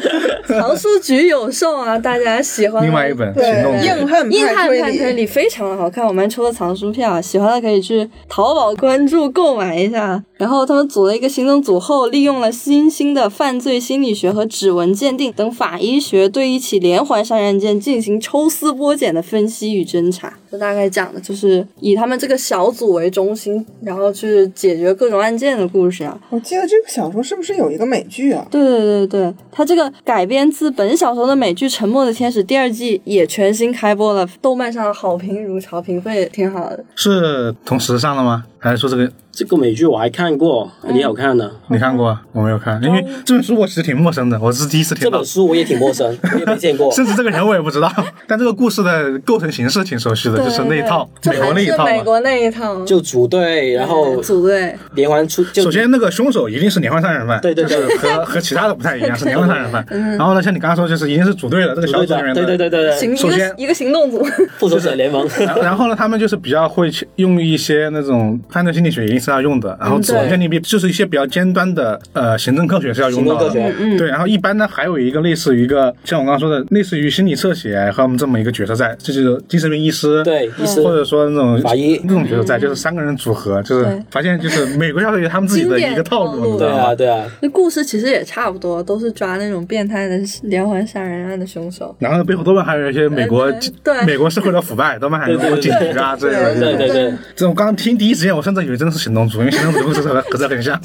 D: 藏书局有售啊，大家喜欢的
B: 另外一本
C: 对
B: 行动
C: 硬汉
D: 硬汉
C: 推
D: 派推
C: 理，
D: 理非常的好看，我们还抽了藏书票，喜欢的可以去淘宝关注购买一下。然后他们组了一个行动组后，利用了新兴的犯罪心理学和指纹鉴定等法医学，对一起连环杀人案件进行抽丝剥茧的分析与侦查。这大概讲的就是以他们这个小组为中心，然后去解决各种案件的故事啊。
C: 我记得这个小说是不是有一个美剧啊？
D: 对对对对，它这个改编自本小说的美剧《沉默的天使》第二季也全新开播了，豆瓣上好评如潮，评分也挺好的。
B: 是同时上的吗？还是说这个
E: 这个美剧我还看过，你有看呢？
B: 你看过啊？我没有看，因为这本书我其实挺陌生的，我是第一次听
E: 这
B: 到
E: 本，书我也挺陌生，我也没见过。
B: 甚至这个人我也不知道。但这个故事的构成形式挺熟悉的，就是那一套
D: 就
B: 美国那一套
D: 还是美
B: 嘛。
D: 国那一套，
E: 就组队，然后
D: 组队。
E: 连环出，就
B: 首先，那个凶手一定是连环杀人犯，
E: 对对对
B: 就是和和其他的不太一样，是连环杀人犯。
D: 嗯
B: 然后呢，像你刚刚说，就是一定是组队的，这个
E: 组
B: 小
E: 队
B: 组里面
E: 的，
B: 的
E: 对对对对对，
D: 行一
B: 首先
D: 个一个行动组，
E: 复仇者联盟，
B: 然后然后呢，他们就是比较会去用一些那种犯罪心理学一定是要用的，然后指纹鉴定比就是一些比较尖端的呃行政科学是要用
E: 行动
B: 到
E: 科
B: 的。
E: 学，嗯
B: 对，然后一般呢还有一个类似于一个像我刚刚说的，类似于心理侧写和我们这么一个角色在，这就是精神病医师，
E: 对医师
B: 或者说那种
E: 法医
B: 那种角色在，就是三个人组合，就是
D: 对
B: 发现就是美国小说有他们自己的一个套
D: 经典套路
B: 路，你知
E: 对
B: 道
E: 啊
B: 吗？
E: 对啊，
D: 那故事其实也差不多，都是抓那种变态的连环杀人案的凶手。
B: 然后背后多半还有一些美国
D: 对对对
B: 美国社会的腐败，多半还有
E: 嗯对对对
B: 警局啊之类的。
C: 对
E: 对对对，
B: 这我刚刚听第一时间，我甚至以为真的是行动组，因为行动组跟这 个和这很 像。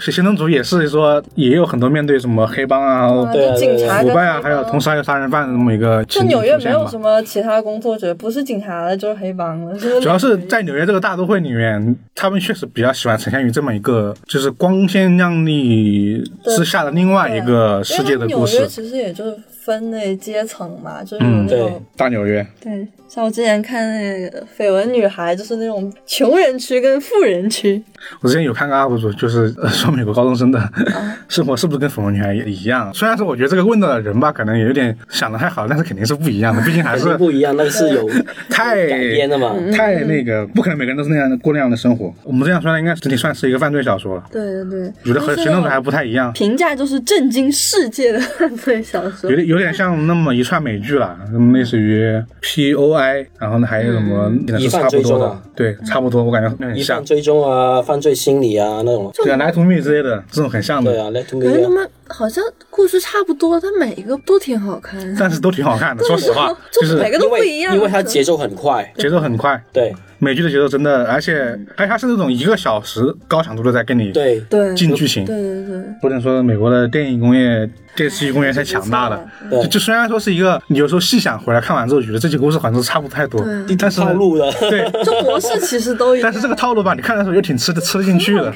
B: 这行动组也是说，也有很多面对什么黑帮啊、
E: 对啊
D: 就警察
B: 腐
D: 跟
B: 败啊，还有同时还有杀人犯的那么一个
D: 嗯就
B: 情景
D: 纽约
B: 出
D: 没
B: 现
D: 有
B: 嘛
D: 什。么其他工作者，不是警察的就是黑帮的，就是
B: 主要是在纽约这个大都会里面，他们确实比较喜欢呈现于这么一个就是光鲜亮丽之下的另外一个世界的
D: 因为他们
B: 故
D: 纽
B: 事。
D: 约其实也就是分那阶层嘛，就是有那种、
E: 嗯
B: 大纽约，
D: 对，像我之前看那个《绯闻女孩》，就是那种穷人区跟富人区，
B: 我之前有看过 UP 主，就是 呃说美国高中生
E: 啊
B: 的 生活是不是跟粉红女孩也一样？虽然说我觉得这个问的人吧，可能也有点想的太好，但是肯定是不一样的，毕竟还
E: 还
B: 是
E: 是不一样，那个是有
B: 太
E: 改编的嘛，
B: 太那个，不可能每个人都是那样的过那样的生活。我们这样说呢，应该整体算是一个犯罪小说了。
D: 对对对，
B: 我觉得和行动者还不太一样，
D: 评价就是震惊世界的 犯罪小说
B: 有。点有点像那么一串美剧了，那么类似于 P O I，然后呢还有什么也是差不
E: 疑犯追
B: 多
E: 踪
B: 的
E: 啊，
B: 对，差不多，我感觉很
E: 疑
B: 像
E: 犯。追踪啊，犯罪心理啊那种，
B: 对啊，来图密之类的，这种很像
E: 对
B: 的，
E: 啊，那同
F: 可是他
E: 个
F: 们好像故事差不多，但每一个都挺好看。
B: 但是都挺好看的。说实话，
E: 啊
B: 就是
D: 每个都
E: 因
D: 不
E: 为
D: 一样，
E: 因为它节奏很快，
B: 节奏很
D: 嗯
B: 快，
E: 对
B: 美剧的节奏真的，而且而且它是那种一个小时高强度的在跟你
E: 对，
D: 对
B: 进剧情，
D: 对对对，
B: 不能说美国的电影工业、电视剧工业太强大了。
E: 对
B: 就就虽然说是一个，你有时候细想回来看完之后，觉得这几个故事好像都差不太多，但是
E: 套路的，
B: 对，
D: 这模式其 实都一样
B: 但是这个套路吧，你看的时候又挺吃的吃得进去的。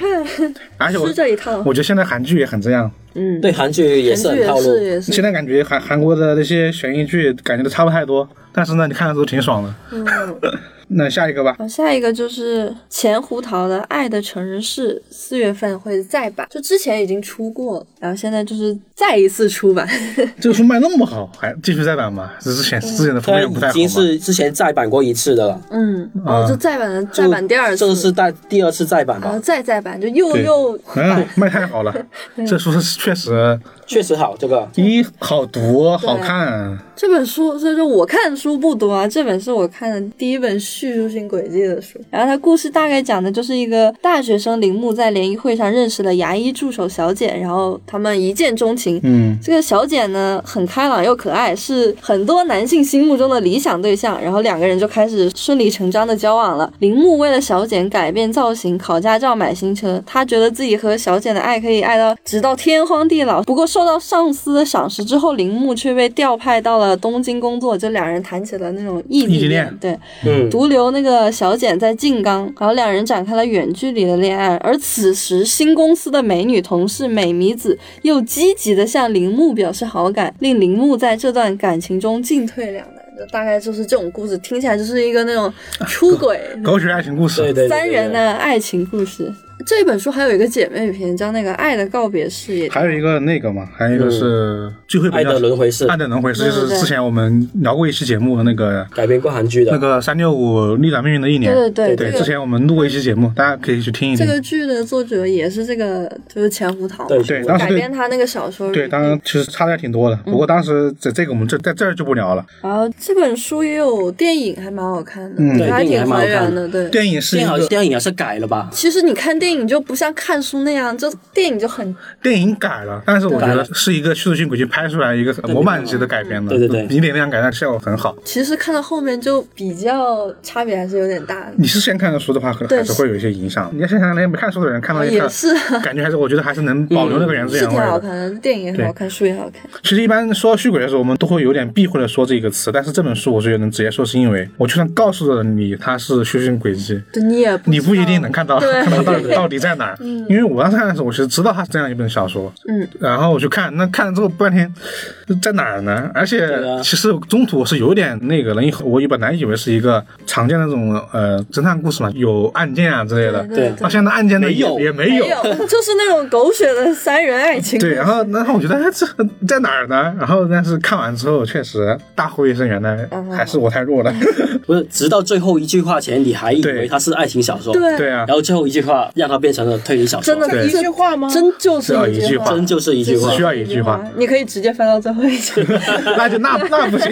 B: 而且我
D: 吃嗯这一套。
B: 我觉得现在韩剧也很这样，
E: 对韩剧也 是很套
D: 也
E: 路
D: 是，也是，
B: 现在感觉韩韩国的那些悬疑剧感觉都差不太多，但是呢，你看的时候挺爽的。
D: 嗯
B: 那下一个吧，
D: 好，下一个就是前胡桃的《爱的成人式》，四月份会再版，就之前已经出过了，然后现在就是再一次出版。
B: 这个书卖那么好，还继续再版吗？只是显示之前的封
E: 它
B: 面不太
E: 已
B: 好
E: 经
B: 吗？
E: 是之前再版过一次的了，
D: 嗯，然后就再版了，再版第二次，啊
E: 这个是再第二次再版
D: 然后
E: 吧，
D: 再再版，就又
B: 对
D: 又
B: 嗯， 卖太好 了，这书是确实
E: 确实好，这个
B: 一好读好看，
D: 这本书，所以说我看书不多啊，这本是我看的第一本叙述性轨迹的书。然后它故事大概讲的就是一个大学生铃木在联谊会上认识了牙医助手小简，然后他们一见钟情。
B: 嗯，
D: 这个小简呢，很开朗又可爱，是很多男性心目中的理想对象。然后两个人就开始顺理成章的交往了。铃木为了小简改变造型、考驾照、买新车，他觉得自己和小简的爱可以爱到直到天荒地老。不过受到上司的赏识之后，铃木却被调派到了东京工作，就两人谈起了那种异
B: 异
D: 地
B: 地
D: 恋。
B: 恋
D: 对，
E: 嗯，
D: 独留那个小简在静冈，然后两人展开了远距离的恋爱。而此时，新公司的美女同事美弥子又积极的向铃木表示好感，令铃木在这段感情中进退两难。就大概就是这种故事，
B: 啊
D: 听起来就是一个那种出轨
B: 狗血爱情故事，
E: 对对对对对
D: 三人的爱情故事。这本书还有一个姐妹篇，叫那个《爱的告别式》，也
B: 还有一个那个嘛，还有一个是聚会
E: 嗯爱
B: 比较
E: 的轮回是
B: 爱的轮回是，就
D: 对对
B: 是
D: 对
B: 之前我们聊过一期节目的那个
E: 改编过韩剧的。
B: 那个三六五逆转命运的一年，
D: 对对对
B: 对，
D: 这个
B: 之前我们录过一期节目，大家可以去听一
D: 这
B: 听。
D: 个剧的作者也是这个，就是钱胡桃嘛
E: 对
B: 对，
E: 我
B: 当时
D: 改
B: 对
D: 编他那个小说。
B: 对，当然其实差的还挺多的，
D: 嗯
B: 不过当时在这个我们这在这儿就不聊了。
D: 然后这本书也有电影，还蛮好看的，
B: 嗯
D: 我觉得还
E: 对电影还
D: 挺
E: 蛮好
D: 还
E: 看的
D: 原的。对，
B: 电影是一
E: 电影好
B: 个
E: 电影也是改了吧？
F: 其实你看电影就不像看书那样，就电影就很
B: 电影改了，但是我觉
E: 改
B: 得
E: 了
B: 是一个叙事性轨迹拍出来一个很模板级的改编的，
E: 对对对
B: 你得那样改，但效果很好。
F: 其实看到后面就比较差别还是有点大的。
B: 你是先看的书的话，可能
F: 对
B: 还是会有一些影响。你要先想想那些没看书的人看到一
F: 也
B: 看，
F: 是啊，
B: 感觉还是我觉得还是能保留那个原汁
D: 嗯是
B: 原味
D: 挺好
B: 的。
D: 看的，电影也很好看，书也好看。
B: 其实一般说续鬼的时候，我们都会有点避讳的说这个词，但是这本书我是能直接说，是因为我就算告诉了你它是叙事性轨迹，
F: 对你也
B: 你不一定能看到 看到到底到底在哪儿。因为我当时看的时候，我其实知道它是这样一本小说，嗯，然后我去看，那看了之后半天在哪儿呢？而且
E: 对啊
B: 其实中途我是有点那个了，因为我本来以为是一个常见的那种呃侦探故事嘛，有案件啊之类的，
E: 对
B: 到现在案件呢
E: 没有
B: 也也没有。
D: 就是那种狗血的三人爱情。
B: 对，然后然后我觉得哎这在哪儿呢？然后但是看完之后确实大呼一声，原来还是我太弱了。
E: 不是，直到最后一句话前，你还以为它是爱情小说，
F: 对
B: 对啊
E: 然，后最后一句话让它变成了推理小说，
F: 真的
B: 对
C: 一句话吗？
F: 真就是
B: 只要一
F: 一
B: 句
F: 句
B: 话，
E: 真就是一句
B: 只
E: 话
B: 需。要一句话。
F: 你可以直接翻到最后一句。
B: 那就那那不 行，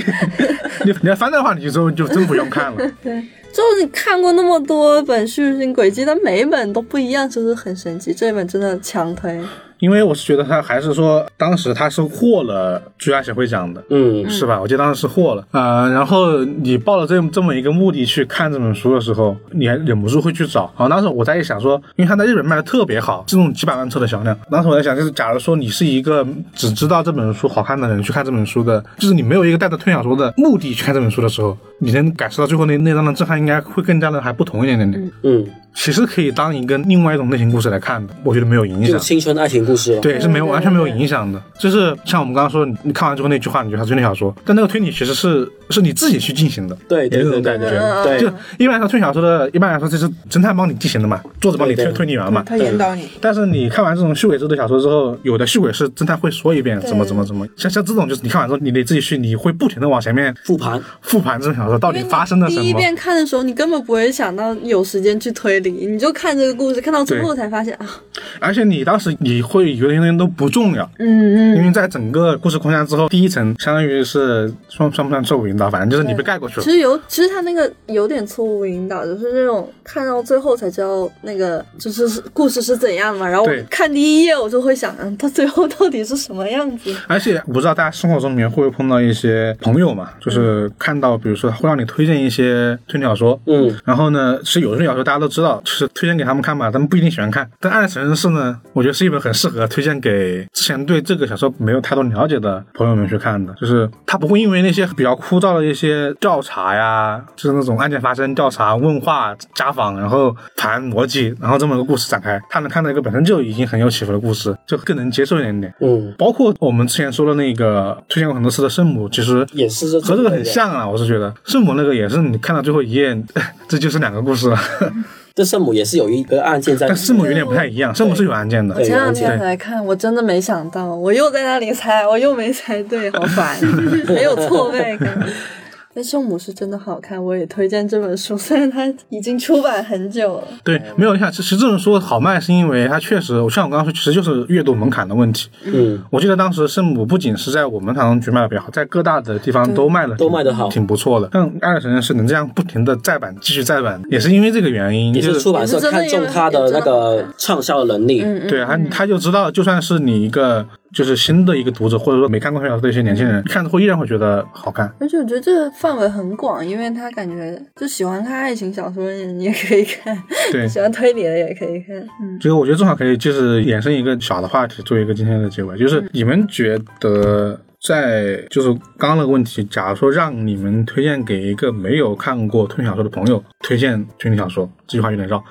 B: 你你要翻的话，你就真就真不用看了。
D: 就是你看过那么多本叙事性轨迹，但每一本都不一样，就是很神奇。这一本真的强推，
B: 因为我是觉得他还是说，当时他是获了最佳协会奖的，
E: 嗯，
B: 是吧？我记得当时是获了啊、呃然后你抱了这这么一个目的去看这本书的时候，你还忍不住会去找。啊，当时我在一想说，因为它在日本卖的特别好，这种几百万册的销量。当时我在想，就是假如说你是一个只知道这本书好看的人去看这本书的，就是你没有一个带着推小说的目的去看这本书的时候，你能感受到最后那那张的震撼，应该会更加的还不同一点点点。
E: 嗯，
B: 其实可以当一个另外一种类型故事来看的，我觉得没有影
E: 就
B: 响。
E: 青春爱情故事了。
B: 对，是没有完全没有影响的。就是像我们刚刚说，你你看完之后那句话，你觉得它是推理小说，但那个推理其实是是你自己去进行的，
E: 对对
B: 有
E: 对
B: 那种感
E: 对
B: 觉。
E: 对
B: 就一般来说，推理小说的一般来说就是侦探帮你进行的嘛，作者帮你
E: 对
B: 推
E: 对
B: 推理完嘛。
C: 他引导你，
B: 但是你看完这种续鬼制的小说之后，有的续鬼是侦探会说一遍怎么怎么怎么，像像这种就是你看完之后，你得自己去，你会不停的往前面
E: 复盘，
B: 复盘这种小说到底
D: 因为你
B: 发生了什
D: 第一
B: 么。
D: 遍看的时候，你根本不会想到有时间去推理，你就看这个故事，看到最后才发现啊，
B: 而且你当时你会以为那些东西都不重要，嗯嗯，因为在整个故事框架之后，第一层相当于是算算不算受引导，反正就是你被盖过去了
D: 其。实有，其实他那个有点错误引导，就是那种看到最后才知道那个就是是故事是怎样嘛。然后我
B: 对
D: 看第一页，我就会想，嗯，他最后到底是什么样子？
B: 而且我不知道大家生活中里面会不会碰到一些朋友嘛，就是看到比如说会让你推荐一些推理小说，
E: 嗯，
B: 然后呢，其实有的推理小说大家都知道，就是推荐给他们看嘛，他们不一定喜欢看。但《爱的成人式》呢，我觉得是一本很适合推荐给之前对这个小说没有太多了解的朋友们去看的，就是它不会因为那些比较枯燥的一些调查呀，就是那种案件发生调查、问话、家访，然后谈逻辑，然后这么一个故事展开，他能看到一个本身就已经很有起伏的故事，就更能接受一点点。
E: 嗯，
B: 包括我们之前说的那个推荐过很多次的圣母，其实
E: 也是这
B: 和这个很
E: 种
B: 像啊。我是觉得圣母那个也是你看到最后一页， 这就是两个故 事了。啊
E: 这圣母也是有一个案件在里面，
B: 但圣母有点不太一样，圣母是有案件的。
E: 对
F: 前两
E: 有
F: 天
E: 案
F: 才看，我真的没想到，我又在那里猜，我又没猜对，好 烦，没有错位感。
D: 但圣母是真的好看，我也推荐这本书， 虽然它已经出版很久了。
B: 对，没有像其实这种说好卖，是因为它确实，像我刚刚说，其实就是阅读门槛的问题。
E: 嗯，
B: 我记得当时圣母不仅是在我们堂区卖的比较好，在各大的地方都卖的
E: 都卖得好
B: 挺不错的。像爱尔神人是能这样不停的再版，继续再版，也是因为这个原因，
E: 也
B: 就是
E: 出版社看中他的那个畅销能力，
D: 嗯
B: 对他，他就知道，就算是你一个就是新的一个读者，或者说没看过小说的一些年轻人，看着会依然会觉得好看。
D: 而且我觉得这个范围很广，因为他感觉就喜欢看爱情小说的人也可以看，
B: 对，
D: 喜欢推理的也可以看。
B: 所以我觉得正好可以就是衍生一个小的话题，做一个今天的结尾，就是你们觉得。在就是刚刚那个问题，假如说让你们推荐给一个没有看过推理小说的朋友推荐推理小说，这句话有点绕，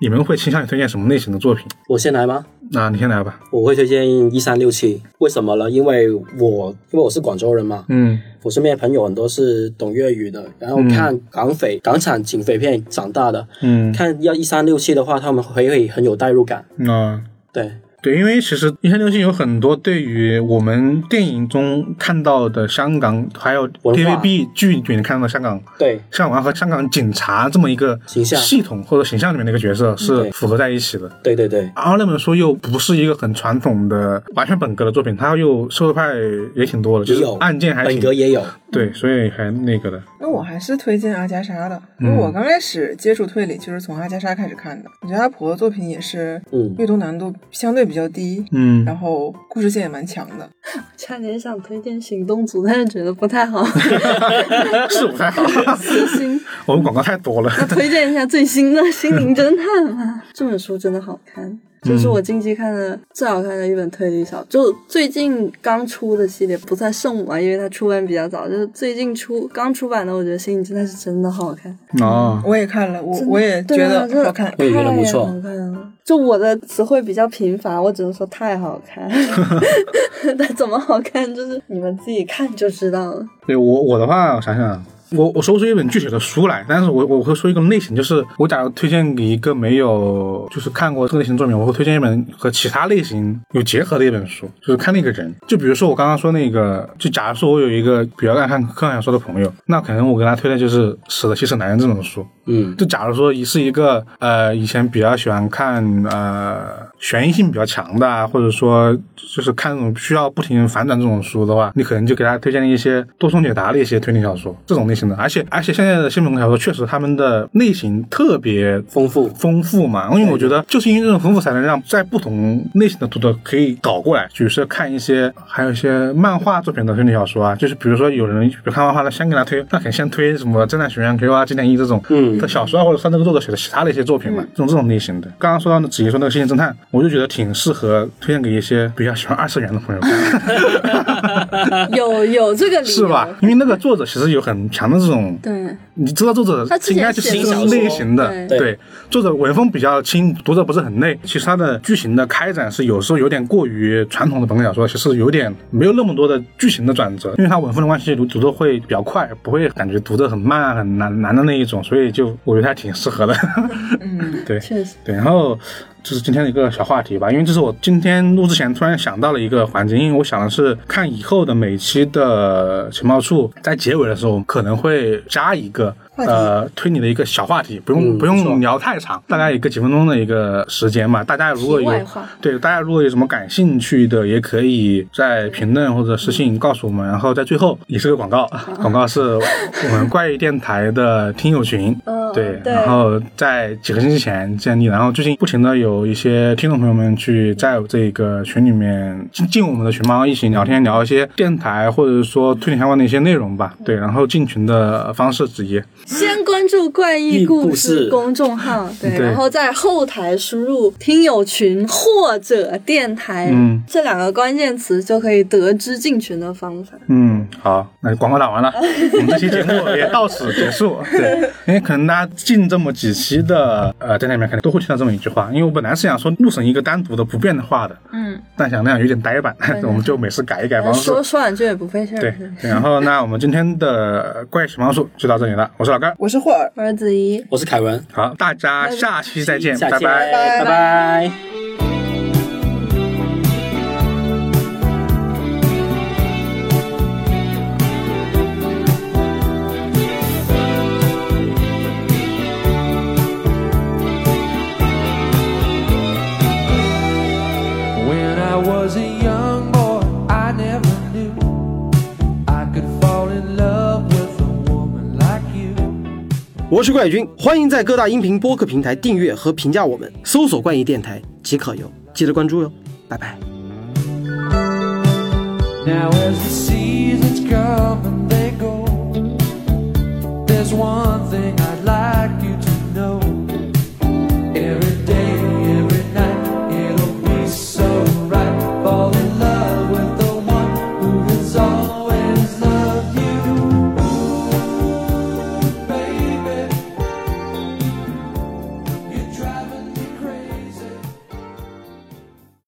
B: 你们会倾向于推荐什么类型的作品？
E: 我先来吗？
B: 那你先来吧。
E: 我会推荐一三六七，为什么呢？因为我因为我是广州人嘛，
B: 嗯
E: 我身边的朋友很多是懂粤语的，然后看港匪、港产警匪片长大的，
B: 嗯，
E: 看要一三六七的话，他们会会很有代入感。
B: 那、
E: 对，
B: 对，因为其实《一三六七》有很多对于我们电影中看到的香港，还有
E: 文化
B: TVB 剧里面看到的香港
E: 对，
B: 香港和香港警察这么一个
E: 形象嗯
B: 系统或者形象里面的一个角色是
E: 对
B: 符合在一起的。
E: 对对对，
B: 然后那本书又不是一个很传统的完全本格的作品，它又社会派也挺多的，就
E: 也
B: 是
E: 有
B: 案件还
E: 本格
B: 挺
E: 也有，
B: 对，所以还那个的。
C: 那我还是推荐阿加莎的，因为我刚开始接触推理就是从阿加莎开始看的。我觉得阿婆的作品也是
E: 嗯，
C: 阅读难度相对比较低，
B: 嗯，
C: 然后故事线也蛮强的。
D: 差点想推荐行动组，但是觉得不太好。
B: 是不太 好，
D: 私心
B: 我们广告太多了。
D: 推荐一下最新的《心灵侦探》吧，这本书真的好看，这是我近期看的最好看的一本推理小，就最近刚出的系列，不算圣母啊，因为它出版比较早，就是最近出刚出版的，我觉得《心灵侦探》是真的好看，
B: 哦，
C: 我也看了，我
D: 真的
C: 我也觉
D: 对啊
C: 得
D: 这
C: 好看。
E: 我也觉得不错
D: 太好看了。就我的词汇比较贫乏，我只能说太好 看，但怎么好看，就是你们自己看就知道 了。
B: 对我我的话，我想想啊，我我说不出一本具体的书来，但是我我会说一个类型，就是我假如推荐给一个没有就是看过这个类型作品，我会推荐一本和其他类型有结合的一本书，就是看那个人。就比如说我刚刚说那个，就假如说我有一个比较爱看科幻小说的朋友，那可能我给他推荐就是《死的吸血男人》这种书。
E: 嗯，
B: 就假如说是一个呃以前比较喜欢看呃悬疑性比较强的啊，或者说就是看那种需要不停反转这种书的话，你可能就给他推荐一些多重解答的一些推理小说这种类型的。而且而且现在的新本格小说确实他们的类型特别
E: 丰富，
B: 丰富嘛，因为我觉得就是因为这种丰富，才能让在不同类型的读者可以倒过来，比如说看一些，还有一些漫画作品的推理小说啊，就是比如说有人比如看漫画的，先给他推，那肯定先推什么《侦探学院》《Q 啊、《经典一》这种，
E: 嗯
B: 的小说啊，或者说那个作者写的其他的一些作品嘛，这种这种类型的。刚刚说到的子怡说那个《星星侦探》，我就觉得挺适合推荐给一些比较喜欢二次元的朋友看。
D: 有有这个理由
B: 是吧？？因为那个作者其实有很强的这种，
D: 对，
B: 你知道作者
D: 他之前
B: 应该就是
D: 写
B: 这
E: 过
B: 种类型的，
D: 对
E: 对
B: 作者文风比较轻，读者不是很累。其实他的剧情的开展是有时候有点过于传统的本格小说，其实有点没有那么多的剧情的转折，因为他文风的关系，读读的会比较快，不会感觉读的很慢啊、很难难的那一种，所以就我觉得还挺适合的。
C: 嗯，
B: 对，
D: 确实。
B: 对，然后这是今天的一个小话题吧，因为这是我今天录之前突然想到了一个环节，因为我想的是看以后的每期的情报处在结尾的时候可能会加一个
C: 话题
B: 呃推理的一个小话题，不用、不
E: 嗯不错
B: 用聊太长，大概一个几分钟的一个时间嘛。大家如果有
D: 题外话
B: 对大家如果有什么感兴趣的，也可以在评论或者私
D: 嗯
B: 信告诉我们，然后在最后也是个广告，广告是我们怪异电台的听友群，
D: 嗯
B: 对，
D: 对
B: 然后在几个星期前建立，然后最近不停的有一些听众朋友们去在这个群里面进进我们的群嘛，然后一起聊天，聊一些电台或者说推理相关的一些内容吧。对，然后进群的方式之一，
D: 先关注“怪异故
E: 异故事
D: 事”公众号，对，
B: 对
D: 然后在后台输入“听友群”或者“电台”
B: 嗯
D: 这两个关键词，就可以得知进群的方法。
B: 嗯，好，那广告打 完了，我们这期节目也到此结束。对，因为可能大家进这么几期的呃电台里面，可能都会听到这么一句话，因为我本来是想说录成一个单独的不变的话的，
D: 嗯，
B: 但想那样有点呆板， 我们就每次改一改方式。
D: 说说两句也不费事
B: 对
D: 儿。对，
B: 然后那我们今天的怪奇猫术就到这里了，我是老干，
C: 我是霍尔。
D: 我是子怡，
E: 我是凯文，
B: 好，大家下期再见，
E: 下期
B: 拜
E: 拜拜。拜拜
A: When I was a young boy, I never knew I could fall in love with a woman like you.
G: 我是怪君，欢迎在各大音频播客平台订阅和评价我们，搜索“怪异电台”即可哟，记得关注哟，拜拜。
A: Now, as the seasons go,